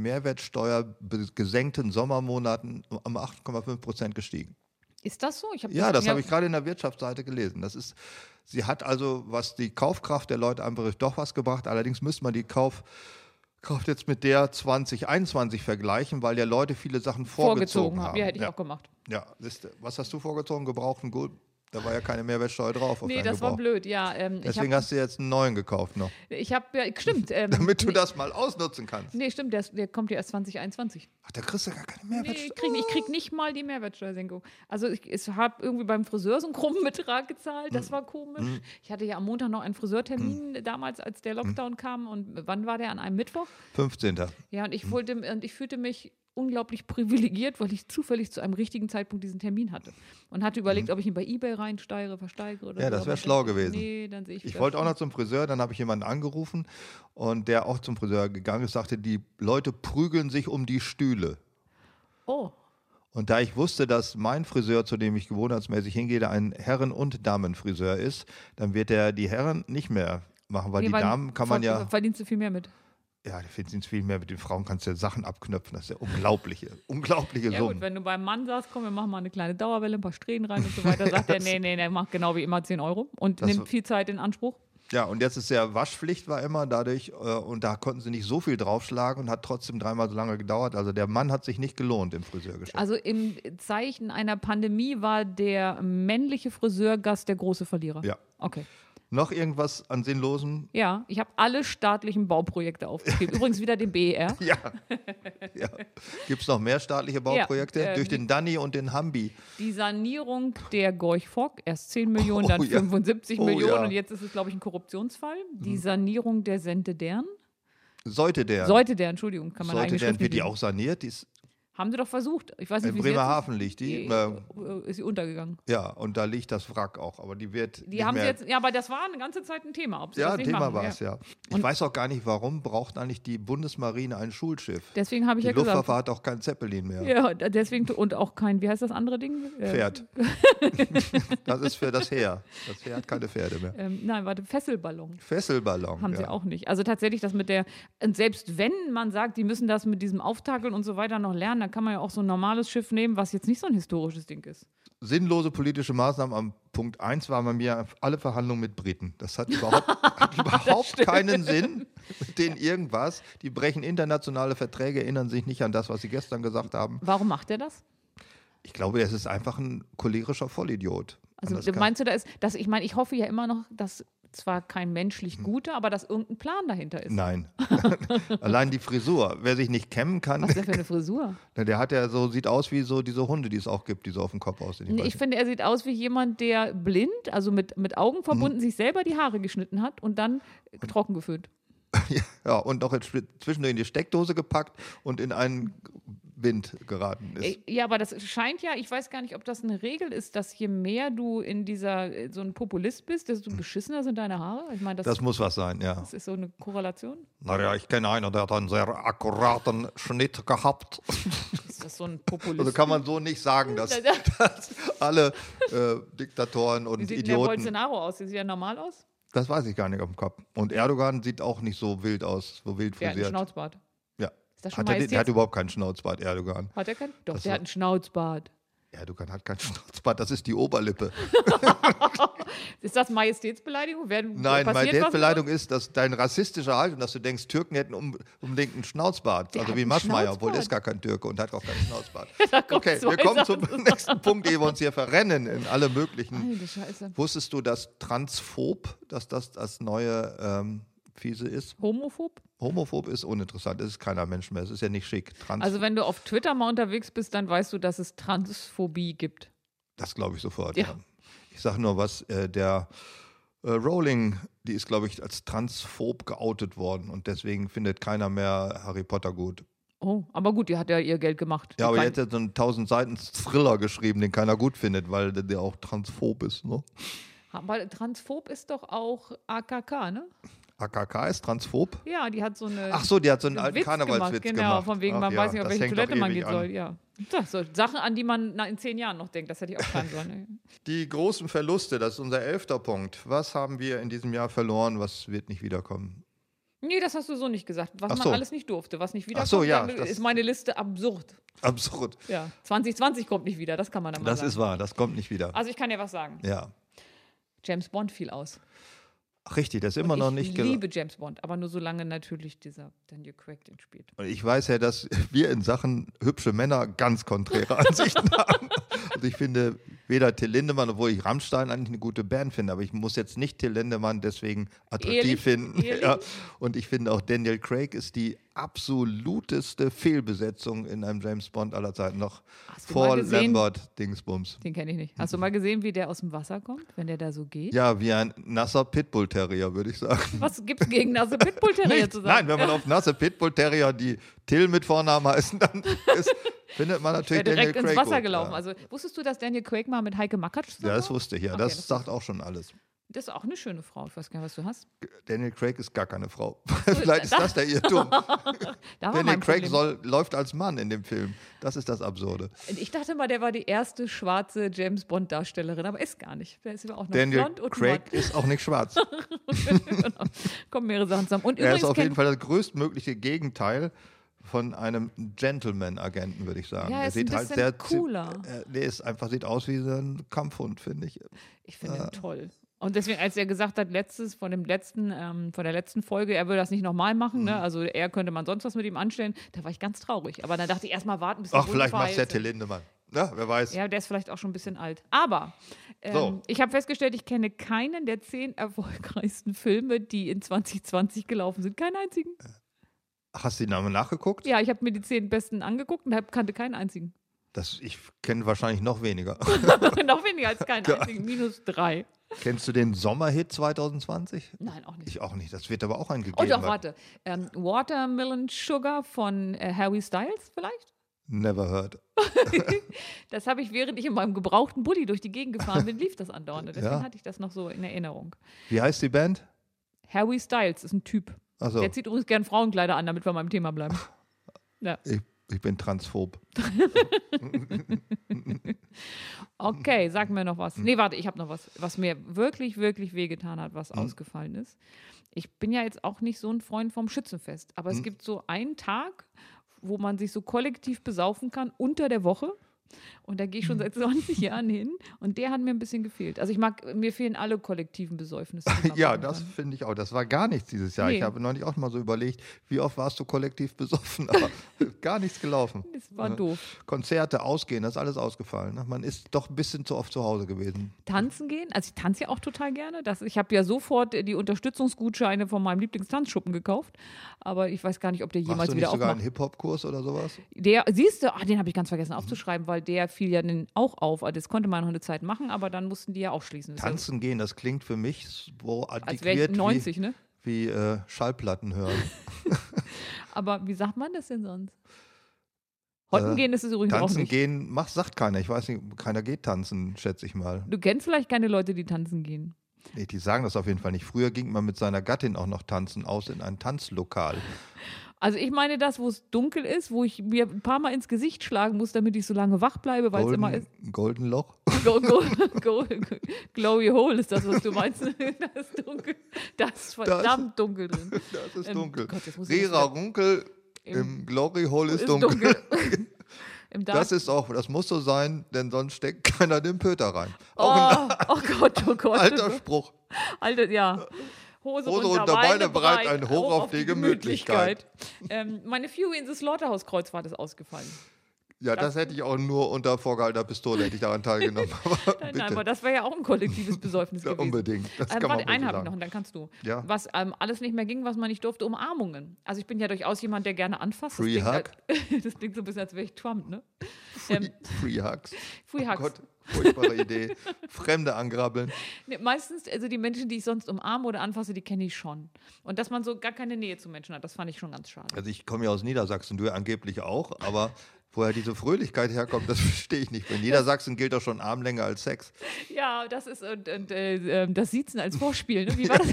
Mehrwertsteuergesenkten Sommermonaten um 8,5 Prozent gestiegen.
Ist das so? Ich hab
Ja, das habe ich gerade in der Wirtschaftsseite gelesen. Das ist, sie hat also, was die Kaufkraft der Leute anbetrifft, doch was gebracht. Allerdings müsste man die Kaufkraft jetzt mit der 2021 vergleichen, weil ja Leute viele Sachen vorgezogen,
vorgezogen
haben.
habe. Ja, hätte ich
ja.
auch gemacht.
ja. siehst du, was hast du vorgezogen? Gebrauchten Gut. Da war ja keine Mehrwertsteuer drauf. Auf
Nee,
deinen
das war
Gebrauch.
blöd, ja. Ähm, ich
Deswegen
habe,
hast du jetzt einen neuen gekauft noch,
ich hab, ja, stimmt. Ähm,
damit du
nee,
das mal ausnutzen kannst.
Nee, stimmt, der, ist- der kommt ja erst 2021.
Ach, da kriegst du gar keine
Nee, ich
Mehrwertsteuer.
krieg, ich krieg nicht mal die Mehrwertsteuersenkung. Also ich, ich habe irgendwie beim Friseur so einen krummen Betrag gezahlt,
Mhm.
das war komisch. Ich hatte ja am Montag noch einen Friseurtermin damals, als
Mhm.
der Lockdown kam. Und wann war der? An einem Mittwoch?
15.
Ja, und
Mhm.
ich wollte und ich fühlte mich unglaublich privilegiert, weil ich zufällig zu einem richtigen Zeitpunkt diesen Termin hatte und hatte überlegt, ob ich ihn bei eBay reinsteigere, versteigere oder
Mhm. Ja,
so,
das
aber
wär
ich
schlau
dachte,
gewesen.
Nee, dann sehe ich
Ich
wieder
wollte auch noch
schlecht.
zum Friseur, dann habe ich jemanden angerufen und der auch zum Friseur gegangen ist, sagte, die Leute prügeln sich um die Stühle.
Oh,
Und da ich wusste, dass mein Friseur, zu dem ich gewohnheitsmäßig hingehe, ein Herren- und Damenfriseur ist, dann wird er die Herren nicht mehr machen, weil
nee,
die
weil
Damen kann man
ver-
ja,
verdienst du viel mehr mit.
Ja, ich finde es viel mehr. Mit den Frauen kannst du ja Sachen abknöpfen. Das ist ja unglaubliche, unglaubliche
Ja gut,
Summen.
wenn du beim Mann sagst, komm, wir machen mal eine kleine Dauerwelle, ein paar Strähnen rein und so weiter, sagt er, nee, nee, nee, macht genau wie immer 10 Euro und
Das-
nimmt viel Zeit in Anspruch.
Ja, und jetzt ist ja Waschpflicht war immer dadurch, äh, und da konnten sie nicht so viel draufschlagen und hat trotzdem dreimal so lange gedauert. Also der Mann hat sich nicht gelohnt im Friseurgeschäft.
Also im Zeichen einer Pandemie war der männliche Friseurgast der große Verlierer.
Ja.
Okay.
Noch irgendwas an Sinnlosen?
Ja, ich habe alle staatlichen Bauprojekte aufgeschrieben. Übrigens wieder den E BER.
Ja. ja. Gibt es noch mehr staatliche Bauprojekte?
äh,
Durch den Danny und den Hambi.
Die Sanierung der Gorch-Fock, erst 10 Millionen,
Oh,
dann
ja.
75
Oh,
Millionen
ja. Mhm.
und jetzt ist es, glaube ich, ein Korruptionsfall. Die Sanierung der Sente Dern.
Sollte der.
Sollte der, Entschuldigung, kann man
sollte
eigentlich
der, wird die
schriftlich-
auch saniert? Die ist,
Haben sie doch versucht. Ich weiß nicht,
in
wie sie jetzt
Bremerhaven liegt die. Äh,
Äh, ist sie untergegangen.
Ja, und da liegt das Wrack auch. Aber die wird.
Die
nicht
haben sie
mehr,
jetzt, ja, aber das war eine ganze Zeit ein Thema. Ob sie
Ja,
das nicht
Thema
machen.
war es, ja. Ich weiß auch gar nicht, warum braucht eigentlich die Bundesmarine ein Schulschiff?
Deswegen habe ich
Die
ja
Luftwaffe hat
gesagt.
auch kein Zeppelin mehr.
Ja, da- deswegen und auch kein, wie heißt das andere Ding? Äh,
Pferd. das ist für das Heer. Das Heer hat keine Pferde mehr.
Ähm, nein, warte, Fesselballon.
Fesselballon.
Haben
ja.
sie auch nicht. Also tatsächlich das mit der, und selbst wenn man sagt, die müssen das mit diesem Auftakeln und so weiter noch lernen, dann kann man ja auch so ein normales Schiff nehmen, was jetzt nicht so ein historisches Ding ist.
Sinnlose politische Maßnahmen am Punkt 1 waren bei mir alle Verhandlungen mit Briten. Das hat überhaupt, hat überhaupt keinen Sinn, mit denen irgendwas. Die brechen internationale Verträge, erinnern sich nicht an das, was sie gestern gesagt haben.
Warum macht er das?
Ich glaube, es ist einfach ein cholerischer Vollidiot.
Also
Anders kann-
meinst du, da ist, dass ich meine, ich hoffe ja immer noch, dass zwar kein menschlich guter, aber dass irgendein Plan dahinter ist.
Hm. Nein. Allein die Frisur. Wer sich nicht kämmen kann,
Was ist denn für eine Frisur?
na, der hat ja so, sieht aus wie so diese Hunde, die es auch gibt, die so auf dem Kopf aussehen.
Nee,
weiß
ich
nicht.
finde, er sieht aus wie jemand, der blind, also mit, mit Augen verbunden,
Mhm.
sich selber die Haare geschnitten hat und dann trocken geföhnt.
ja, und noch jetzt zwischendurch in die Steckdose gepackt und in einen Wind geraten ist.
Äh, Ja, aber das scheint ja, ich weiß gar nicht, ob das eine Regel ist, dass je mehr du in dieser, äh, so ein Populist bist, desto beschissener sind deine Haare. Ich meine, das,
Mhm. Das muss was sein, ja.
das ist so eine Korrelation.
Naja, ich kenne einen, der hat einen sehr akkuraten Schnitt gehabt.
Ist das so ein Populist?
Also kann man so nicht sagen, dass, dass alle äh, Diktatoren
Wie
und
sieht denn der
Idioten.
Bolsonaro aus? Der sieht ja normal aus.
Das weiß ich gar nicht auf dem Kopf. Und Erdogan sieht auch nicht so wild aus, so wild
Der hat einen
frisiert.
Schnauzbart.
Ja.
Ist das schon
Hat er, den- der hat Also
Majestäts-
überhaupt keinen Schnauzbart, Erdogan.
Hat er keinen? Doch,
Das
der
war-
hat einen Schnauzbart.
Erdogan hat keinen Schnauzbart, das ist die Oberlippe.
Ist das Majestätsbeleidigung? Werden,
Nein,
passiert was
meine
mit uns?
Date-Beleidigung ist, dass dein rassistischer Haltung, dass du denkst, Türken hätten um, unbedingt einen Schnauzbart.
Der
also
hat
wie
einen
Maschmeyer, obwohl der ist gar
Schnauzbart.
kein Türke und hat auch keinen Schnauzbart.
kommen
okay,
zwei
wir kommen
Sachen
zum nächsten Punkt, ehe wir uns hier verrennen in alle möglichen.
Alter Scheiße.
Wusstest du, dass transphob, dass das das neue ähm, Fiese ist?
Homophob?
Homophob ist uninteressant, es ist keiner Mensch mehr, es ist ja nicht schick. Trans,
Also wenn du auf Twitter mal unterwegs bist, dann weißt du, dass es Transphobie gibt.
das glaube ich sofort. Ja.
Ja.
Ich sage nur was, äh, der äh, Rowling, die ist, glaube ich, als transphob geoutet worden und deswegen findet keiner mehr Harry Potter gut.
Oh, aber gut, die hat ja ihr Geld gemacht. Die
Ja, aber
kann-
jetzt hat so einen 1000 Seiten Thriller geschrieben, den keiner gut findet, weil der- der auch transphob ist. Ne?
aber transphob ist doch auch AKK, ne?
AKK ist transphob.
Ja, die hat so eine
Ach so, die hat so einen
Äh, einen
alten
Witz
Karnevalswitz
gemacht.
gemacht.
Genau, von wegen,
Ach
man
ja,
weiß nicht, auf
das
welche
hängt doch
Toilette man
ewig
gehen
an.
soll. Ja. So, so Sachen, an die man na, in zehn Jahren noch denkt, das hätte ich auch schreiben sollen.
Die großen Verluste, das ist unser elfter Punkt. Was haben wir in diesem Jahr verloren, was wird nicht wiederkommen?
Nee, das hast du so nicht gesagt. Was
Ach so.
man alles nicht durfte, was nicht
Ach
wiederkommt,
so, ja,
dann
das-
ist meine Liste absurd.
Absurd.
Ja. 2020 kommt nicht wieder, das kann man dann mal
Das
sagen.
ist wahr, das kommt nicht wieder.
also ich kann dir was sagen.
Ja,
James Bond fiel aus.
richtig, das ist immer noch nicht
ich
gel-
liebe James Bond, aber nur solange natürlich dieser Daniel Craig den spielt.
Und ich weiß ja, dass wir in Sachen hübsche Männer ganz konträre Ansichten haben. Also ich finde weder Till Lindemann, obwohl ich Rammstein eigentlich eine gute Band finde, aber ich muss jetzt nicht Till Lindemann deswegen attraktiv
Ehrlich?
finden.
Ehrlich?
Ja. Und ich finde auch Daniel Craig ist die absoluteste Fehlbesetzung in einem James Bond aller Zeiten noch
Hast du
vor
mal gesehen?
Lambert Dingsbums.
Den kenne ich nicht. Hast du mal gesehen, wie der aus dem Wasser kommt, wenn der da so geht?
Ja, wie ein nasser Pitbull Terrier, würde ich sagen.
Was gibt's gegen nasse Pitbull Terrier
Nichts.
zu
Nein,
sagen?
wenn man auf nasse Pitbull Terrier, die Till mit Vornamen heißen, dann ist, findet man
der
natürlich Daniel
direkt ins
Craig
Wasser
gut,
gelaufen.
ja.
Also wusstest du, dass Daniel Craig mal mit Heike Makatsch zusammen
Ja, das
war?
wusste ich ja.
Okay,
das,
das
sagt auch schon alles.
Das ist auch eine schöne Frau. Ich weiß gar nicht, was du hast.
Daniel Craig ist gar keine Frau. Vielleicht ist das der Irrtum.
Da war
Daniel
mein
Craig
Problem.
soll, läuft als Mann in dem Film. Das ist das Absurde.
Ich dachte mal, der war die erste schwarze James Bond Darstellerin, aber ist gar nicht. Der ist aber auch noch
Daniel
blond und
Craig
matt.
ist auch nicht schwarz.
Kommen mehrere Sachen zusammen. Und
er ist
übrigens
auf jeden
kennt,
Fall das größtmögliche Gegenteil von einem Gentleman-Agenten, würde ich sagen.
Ja, er
er
ist ein
sieht halt
bisschen
sehr zi-
cooler.
Äh, der ist einfach sieht aus wie so ein Kampfhund, finde ich.
ich finde
Äh.
ihn toll. Und deswegen, als er gesagt hat, letztes von dem letzten, ähm, von der letzten Folge, er würde das nicht nochmal machen,
Mhm.
ne? Also er könnte man sonst was mit ihm anstellen. Da war ich ganz traurig. Aber dann dachte ich erstmal warten, bis die
Ach, vielleicht
Runde
macht der
verheilt
Till
sind.
Lindemann. Ja, wer weiß.
Ja, der ist vielleicht auch schon ein bisschen alt. Aber ähm,
So.
ich habe festgestellt, ich kenne keinen der zehn erfolgreichsten Filme, die in 2020 gelaufen sind. Keinen einzigen.
Hast du den Namen nachgeguckt?
Ja, ich habe mir die zehn besten angeguckt und hab, kannte keinen einzigen.
Das, ich kenne wahrscheinlich noch weniger.
Noch weniger als keinen einzigen. Minus drei.
Kennst du den Sommerhit 2020?
Nein, auch nicht.
Ich auch nicht. Das wird aber auch ein
Oh
gegeben.
doch, warte. Ähm, Watermelon Sugar von äh, Harry Styles vielleicht?
Never heard.
Das habe ich, während ich in meinem gebrauchten Bulli durch die Gegend gefahren bin, lief das andauernd. Deswegen
Ja.
hatte ich das noch so in Erinnerung.
Wie heißt die Band?
Harry Styles ist ein Typ.
Also
Der zieht übrigens gern Frauenkleider an, damit wir beim Thema bleiben.
ich, ich bin transphob.
Okay, sag mir noch was.
Hm.
Nee, warte, ich habe noch was, was mir wirklich, wirklich wehgetan hat,
Hm.
was ausgefallen ist. Ich bin ja jetzt auch nicht so ein Freund vom Schützenfest, aber
Hm.
es gibt so einen Tag, wo man sich so kollektiv besaufen kann unter der Woche. Und da gehe ich
Hm.
schon seit 20 Jahren hin und der hat mir ein bisschen gefehlt. Also ich mag, mir fehlen alle kollektiven Besäufnisse. die man
Ja,
machen
das
kann.
finde ich auch. Das war gar nichts dieses Jahr. Ich
Nee.
habe neulich auch mal so überlegt, wie oft warst du kollektiv besoffen, aber gar nichts gelaufen.
Das war doof.
Konzerte ausgehen, das ist alles ausgefallen. ne? Man ist doch ein bisschen zu oft zu Hause gewesen.
Tanzen gehen, also ich tanze ja auch total gerne. Das, ich habe ja sofort äh, die Unterstützungsgutscheine von meinem Lieblingstanzschuppen gekauft, aber ich weiß gar nicht, ob der jemals
Machst du nicht
wieder
sogar
aufmacht.
einen Hip-Hop-Kurs oder sowas?
Der, siehst du, ach, den habe ich ganz vergessen aufzuschreiben, weil der fiel ja dann auch auf. Also Das konnte man noch eine Zeit machen, aber dann mussten die ja auch schließen. Das ist ja
Tanzen gehen, das klingt für mich so
so, als wäre
antiquiert
ich 90, ne?
wie, wie äh, Schallplatten hören.
Aber wie sagt man das denn sonst? Hotten
Äh,
gehen ist es übrigens auch
tanzen
nicht.
gehen, macht, sagt keiner. Ich weiß nicht, keiner geht tanzen, schätze ich mal.
Du kennst vielleicht keine Leute, die tanzen gehen.
Nee, die sagen das auf jeden Fall nicht. Früher ging man mit seiner Gattin auch noch tanzen aus in ein Tanzlokal.
Also ich meine das, wo es dunkel ist, wo ich mir ein paar Mal ins Gesicht schlagen muss, damit ich so lange wach bleibe, weil es immer ist.
Golden, Golden Loch?
Go, go, go, go, Glory Hole ist das, was du meinst. da ist dunkel. Da ist verdammt dunkel drin.
Das ist
Ähm,
dunkel.
Gott, jetzt muss ich
Rera
das-
Runkel im, Glory Hole ist,
Ist
dunkel.
dunkel. Im Dark
Das ist auch, das muss so sein, denn sonst steckt keiner den Pöter rein. Auch ein
Oh, oh Gott, oh Gott.
alter Spruch.
Alter, ja. Hose,
Hose
unter
unter Beine breit, ein Hoch auf die
ähm, meine Fury in the Slaughterhouse Kreuzfahrt ist ausgefallen.
Ja, das, hätte ich auch nur unter vorgehaltener Pistole hätte ich daran teilgenommen. Aber
Nein, nein, aber
bitte,
das wäre ja auch ein kollektives Besäufnis
ja,
gewesen.
unbedingt. Das
Ähm,
kann man
warte, einen
wirklich
habe ich
sagen.
noch und dann kannst du.
Ja.
Was ähm, alles nicht mehr ging, was man nicht durfte, Umarmungen. Also ich bin ja durchaus jemand, der gerne anfasst. Das
Free
klingt,
Hug?
als- das klingt so ein bisschen, als wäre ich Trump, ne? Ähm,
Free Hugs.
Free
Oh
Hugs.
Gott, furchtbare Idee. Fremde angrabbeln.
Ne, meistens, also die Menschen, die ich sonst umarme oder anfasse, die kenne ich schon. Und dass man so gar keine Nähe zu Menschen hat, das fand ich schon ganz schade.
Also ich komme ja aus Niedersachsen, du ja angeblich auch, aber woher diese Fröhlichkeit herkommt, das verstehe ich nicht. In Niedersachsen gilt doch schon Arm länger als Sex.
Ja, das ist und, und äh, ähm, das Siezen als Vorspiel. Ne? Wie war das?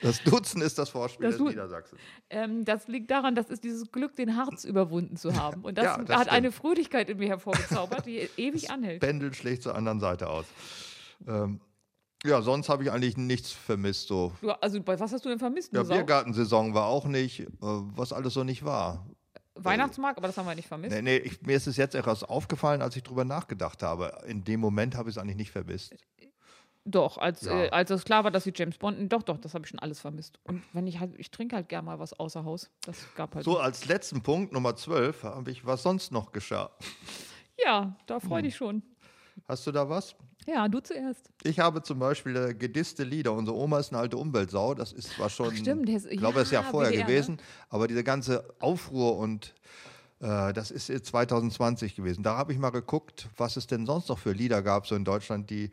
Das Dutzen ist das Vorspiel
Das
des
Du-
Niedersachsen.
ähm, das liegt daran, das ist dieses Glück, den Harz überwunden zu haben. Und das,
Ja, das
hat
stimmt.
eine Fröhlichkeit in mir hervorgezaubert, die ewig anhält.
Pendel schlägt zur anderen Seite aus. Ähm, ja, sonst habe ich eigentlich nichts vermisst. So.
Du, also bei was hast du denn vermisst?
Ja,
du Sau?
Biergartensaison war auch nicht, äh, was alles so nicht war.
Weihnachtsmarkt, aber das haben wir nicht vermisst.
Nee, nee, ich, mir ist es jetzt etwas aufgefallen, als ich drüber nachgedacht habe. In dem Moment habe ich es eigentlich nicht vermisst.
Doch, als,
Ja.
äh, als das klar war, dass sie James Bond, doch, doch, das habe ich schon alles vermisst. Und wenn ich halt, ich trinke halt gerne mal was außer Haus. Das gab halt.
So, als letzten Punkt, Nummer 12, habe ich, was sonst noch geschah.
Ja, da freue
Hm.
dich schon.
Hast du da was?
Ja, du zuerst.
Ich habe zum Beispiel äh, gedisste Lieder. Unsere Oma ist eine alte Umweltsau. Das ist zwar schon,
Ach, stimmt, der ist-
ich glaube, das ist ja
ja,
vorher
WDR, ne?
gewesen. Aber diese ganze Aufruhr und äh, das ist jetzt 2020 gewesen. Da habe ich mal geguckt, was es denn sonst noch für Lieder gab so in Deutschland, die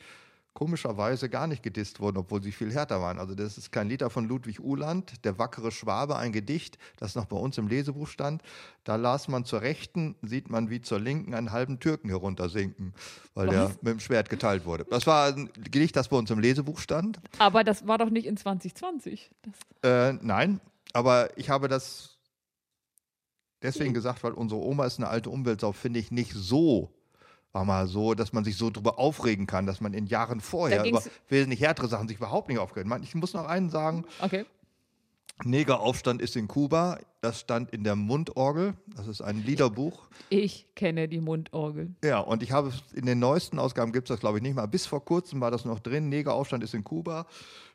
komischerweise gar nicht gedisst wurden, obwohl sie viel härter waren. Also das ist kein Lied von Ludwig Uhland, der wackere Schwabe, ein Gedicht, das noch bei uns im Lesebuch stand. Da las man zur Rechten, sieht man wie zur Linken einen halben Türken heruntersinken, weil der mit dem Schwert geteilt wurde. Das war ein Gedicht, das bei uns im Lesebuch stand.
Aber das war doch nicht in 2020. Das,
Äh, nein, aber ich habe das deswegen gesagt, weil unsere Oma ist eine alte Umweltsau, finde ich nicht so, war mal so, dass man sich so drüber aufregen kann, dass man in Jahren vorher
Da
über
ging's-
wesentlich härtere Sachen sich überhaupt nicht aufgeregt hat. Ich muss noch einen sagen,
okay.
Negeraufstand ist in Kuba, das stand in der Mundorgel, das ist ein Liederbuch.
Ich kenne die Mundorgel.
Ja, und ich habe es- in den neuesten Ausgaben gibt es das, glaube ich, nicht mal. Bis vor kurzem war das noch drin. Negeraufstand ist in Kuba.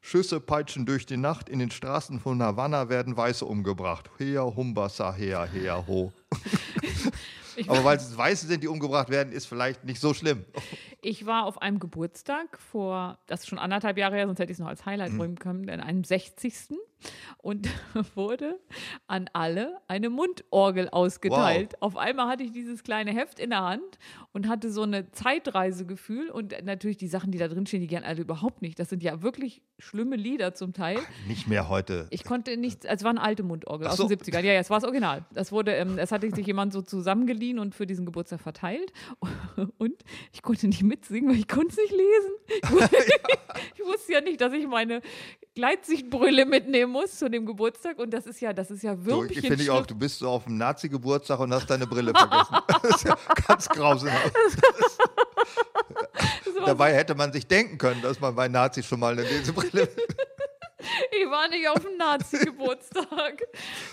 Schüsse peitschen durch die Nacht. In den Straßen von Havanna werden Weiße umgebracht. Hea, Humbassa, hea, hea, ho.
Ich,
Aber weil es Weiße sind, die umgebracht werden, ist vielleicht nicht so schlimm.
ich war auf einem Geburtstag vor, das ist schon anderthalb Jahre her, sonst hätte ich es noch als Highlight bringen können, an einem 60. Und wurde an alle eine Mundorgel ausgeteilt. Auf einmal hatte ich dieses kleine Heft in der Hand und hatte so eine Zeitreisegefühl und natürlich die Sachen, die da drin stehen, die gern alle überhaupt nicht. Das sind ja wirklich schlimme Lieder zum Teil.
Nicht mehr heute.
Ich konnte nichts, also es war eine alte Mundorgel
Ach
aus
so.
den 70ern. Ja, ja, es war das Original. Das wurde, ähm, es hatte sich jemand so zusammengeliehen und für diesen Geburtstag verteilt. Und ich konnte nicht mitsingen, weil ich konnte es nicht lesen. Ich wusste, ich wusste ja nicht, dass ich meine Gleitsichtbrille mitnehmen muss zu dem Geburtstag. Und das ist ja, das ist ja
So, ich
wirklich.
finde ich auch, du bist so auf dem Nazi-Geburtstag und hast deine Brille vergessen. das ist ja ganz grausenhaft. Dabei hätte man sich denken können, dass man bei Nazis schon mal eine Lesebrille
Ich war nicht auf dem Nazi-Geburtstag.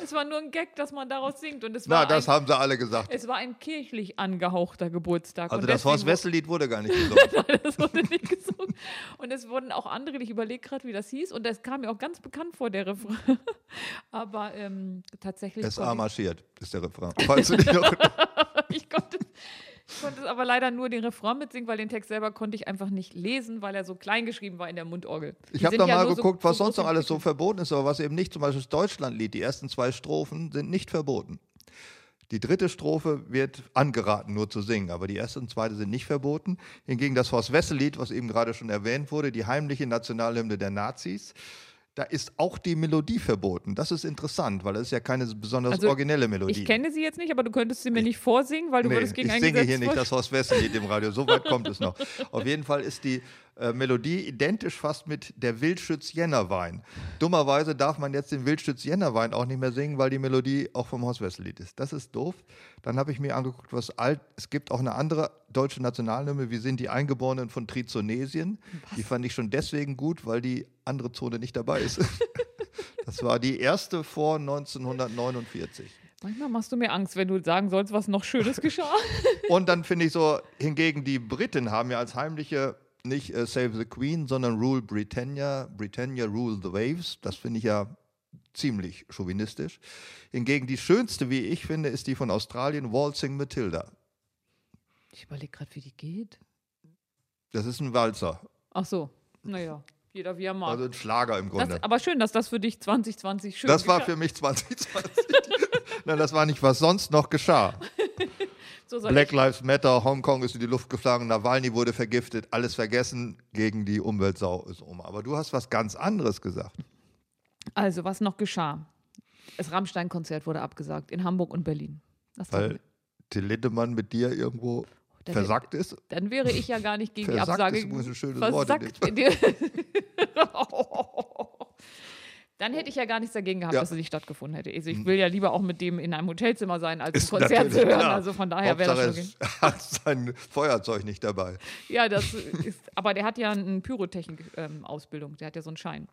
es war nur ein Gag, dass man daraus singt. Und es war,
Na, das
ein,
haben sie alle gesagt.
es war ein kirchlich angehauchter Geburtstag.
Also
Und
das
deswegen
Horst Wessel-Lied wurde gar nicht gesungen.
Das wurde nicht gesungen. Und es wurden auch andere, ich überlege gerade, wie das hieß. Und das kam mir auch ganz bekannt vor, der Refrain. Aber ähm, tatsächlich.
SA
konnte
marschiert, ist der Refrain. Falls du dich noch,
ich, ich, konnte, ich konnte es aber leider nur den Refrain mitsingen, weil den Text selber konnte ich einfach nicht lesen, weil er so klein geschrieben war in der Mundorgel. Die
ich habe
sind
da
ja
mal
nur so-
geguckt, was
so
sonst noch
groß
alles so verboten ist, aber was eben nicht, zum Beispiel das Deutschlandlied, die ersten zwei Strophen sind nicht verboten. Die dritte Strophe wird angeraten, nur zu singen, aber die erste und zweite sind nicht verboten. Hingegen das Horst Wessel-Lied, was eben gerade schon erwähnt wurde, die heimliche Nationalhymne der Nazis, da ist auch die Melodie verboten. Das ist interessant, weil das ist ja keine besonders
Also,
originelle Melodie.
Ich kenne sie jetzt nicht, aber du könntest sie mir nicht vorsingen, weil du
Nee,
würdest gegen
ich
ein
singe
Gesetz
hier nicht
vor-
das Horst Wessel Lied im Radio. So weit kommt es noch. Auf jeden Fall ist die äh, Melodie identisch fast mit der Wildschütz Jennerwein. Dummerweise darf man jetzt den Wildschütz Jennerwein auch nicht mehr singen, weil die Melodie auch vom Horst Wessel Lied ist. Das ist doof. Dann habe ich mir angeguckt, was alt. Es gibt auch eine andere deutsche Nationalhymne. Wir sind die Eingeborenen von Trizonesien. Die fand ich schon deswegen gut, weil die andere Zone nicht dabei ist. Das war die erste vor 1949.
Manchmal machst du mir Angst, wenn du sagen sollst, was noch Schönes geschah.
Und dann finde ich so, hingegen die Briten haben ja als heimliche nicht äh, Save the Queen, sondern Rule Britannia, Britannia Rule the Waves. Das finde ich ja ziemlich chauvinistisch. Hingegen die schönste, wie ich finde, ist die von Australien, Waltzing Matilda.
Ich überlege gerade, wie die geht.
Das ist ein Walzer,
Ach so, naja, jeder wie er mag.
also ein Schlager im Grunde.
Das, aber schön, dass das für dich 2020 schön
Das war
geschah.
für mich 2020. Nein, das war nicht, was sonst noch geschah.
Also so soll
Black Lives Matter, Hongkong ist in die Luft geflogen, Nawalny wurde vergiftet, alles vergessen, gegen die Umweltsau ist um. Aber du hast was ganz anderes gesagt.
ich. Also, was noch geschah? Das Rammstein-Konzert wurde abgesagt in Hamburg und Berlin. Das
Weil Till Lindemann mit dir irgendwo
dann,
versackt ist.
Dann wäre ich ja gar nicht gegen
Versackt
die Absage.
ist übrigens ein schönes Wort in dem
versackt. dann hätte ich ja gar nichts dagegen gehabt,
Ja. Mhm.
dass es nicht stattgefunden hätte. Also ich will ja lieber auch mit dem in einem Hotelzimmer sein, als ein Konzert
natürlich
zu hören.
klar.
Also von daher wäre das schon.
Hauptsache,
okay.
es hat sein Feuerzeug nicht dabei.
Ja, das ist, aber der hat ja eine Pyrotechnik-Ausbildung, der hat ja so einen Schein.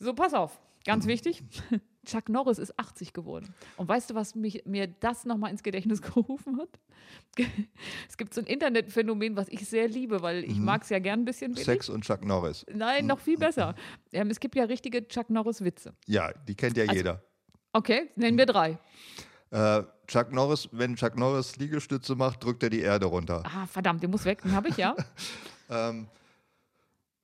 So, pass auf, ganz wichtig. Chuck Norris ist 80 geworden. Und weißt du, was mich, mir das nochmal ins Gedächtnis gerufen hat? Es gibt so ein Internetphänomen, was ich sehr liebe, weil ich mag es ja gern ein bisschen billig.
Sex und Chuck Norris.
Nein, noch viel besser. Ähm, es gibt ja richtige Chuck Norris-Witze.
Ja, die kennt ja
Also
jeder.
Okay, nennen wir drei.
Äh, Chuck Norris, wenn Chuck Norris Liegestütze macht, drückt er die Erde runter.
Ah, verdammt, den muss weg, den habe ich ja. Ah.
Ähm,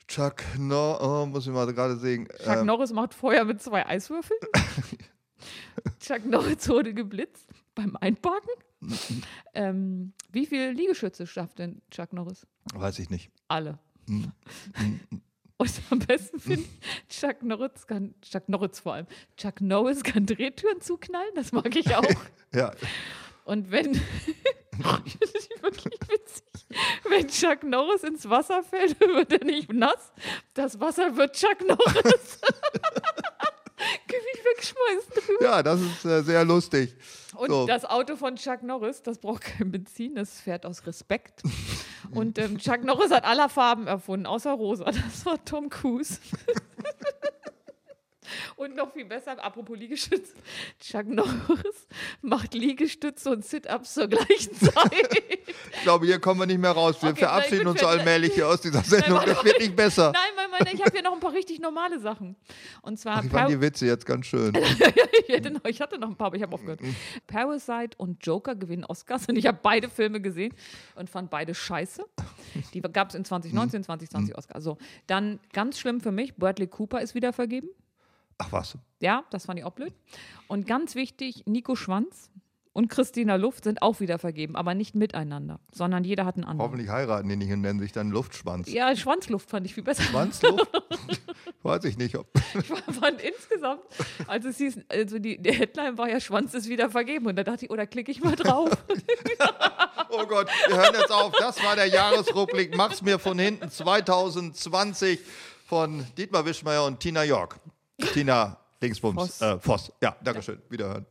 Chuck Norris, oh, muss ich mal gerade sehen.
Chuck
ähm,
Norris macht Feuer mit zwei Eiswürfeln. Chuck Norris wurde geblitzt beim Einparken. ähm, wie viele Liegestütze schafft denn Chuck Norris?
weiß ich nicht.
Alle. Und am besten finde ich, Chuck Norris kann, Chuck Norris vor allem, Chuck Norris kann Drehtüren zuknallen, das mag ich auch.
Ja,
Und wenn, das ist wirklich witzig, wenn Chuck Norris ins Wasser fällt, wird er nicht nass. Das Wasser wird Chuck Norris. Gewicht wegschmeißen drüber.
ja das ist äh, sehr lustig.
Und
So.
das Auto von Chuck Norris, das braucht kein Benzin, das fährt aus Respekt. Und ähm, Chuck Norris hat aller Farben erfunden, außer rosa. Das war Tom Cruise. Und noch viel besser, apropos Liegestütze, Chuck Norris macht Liegestütze und Sit-Ups zur gleichen Zeit.
Ich glaube, hier kommen wir nicht mehr raus. Wir
Okay,
verabschieden
na
uns
gut, wir-
allmählich hier aus dieser Sendung.
warte
Das wird nicht besser.
Nein, mein, mein, ich habe hier noch ein paar richtig normale Sachen. Und zwar,
Ich
Par-
fand die Witze jetzt ganz schön.
ich, hätte noch, ich hatte noch ein paar, aber ich habe aufgehört. Parasite und Joker gewinnen Oscars und ich habe beide Filme gesehen und fand beide scheiße. Die gab es in 2019, 2020 Oscar. So, dann ganz schlimm für mich, Bradley Cooper ist wieder vergeben.
Ach was.
Ja, das fand ich auch blöd. Und ganz wichtig, Nico Schwanz und Christina Luft sind auch wieder vergeben, aber nicht miteinander, sondern jeder hat einen anderen.
Hoffentlich heiraten die nicht und nennen sich dann Luftschwanz.
Ja, Schwanzluft fand ich viel besser.
Schwanzluft? Weiß ich nicht. Ob,
fand insgesamt, als es hieß, also die, die Headline war ja Schwanz ist wieder vergeben und da dachte ich, oder klicke ich mal drauf.
oh Gott, wir hören jetzt auf. Das war der Jahresrückblick. Mach's mir von hinten 2020 von Dietmar Wischmeier und Tina York. Tina Dingsbums.
Voss.
Äh, Voss. Ja, Dankeschön. Wiederhören.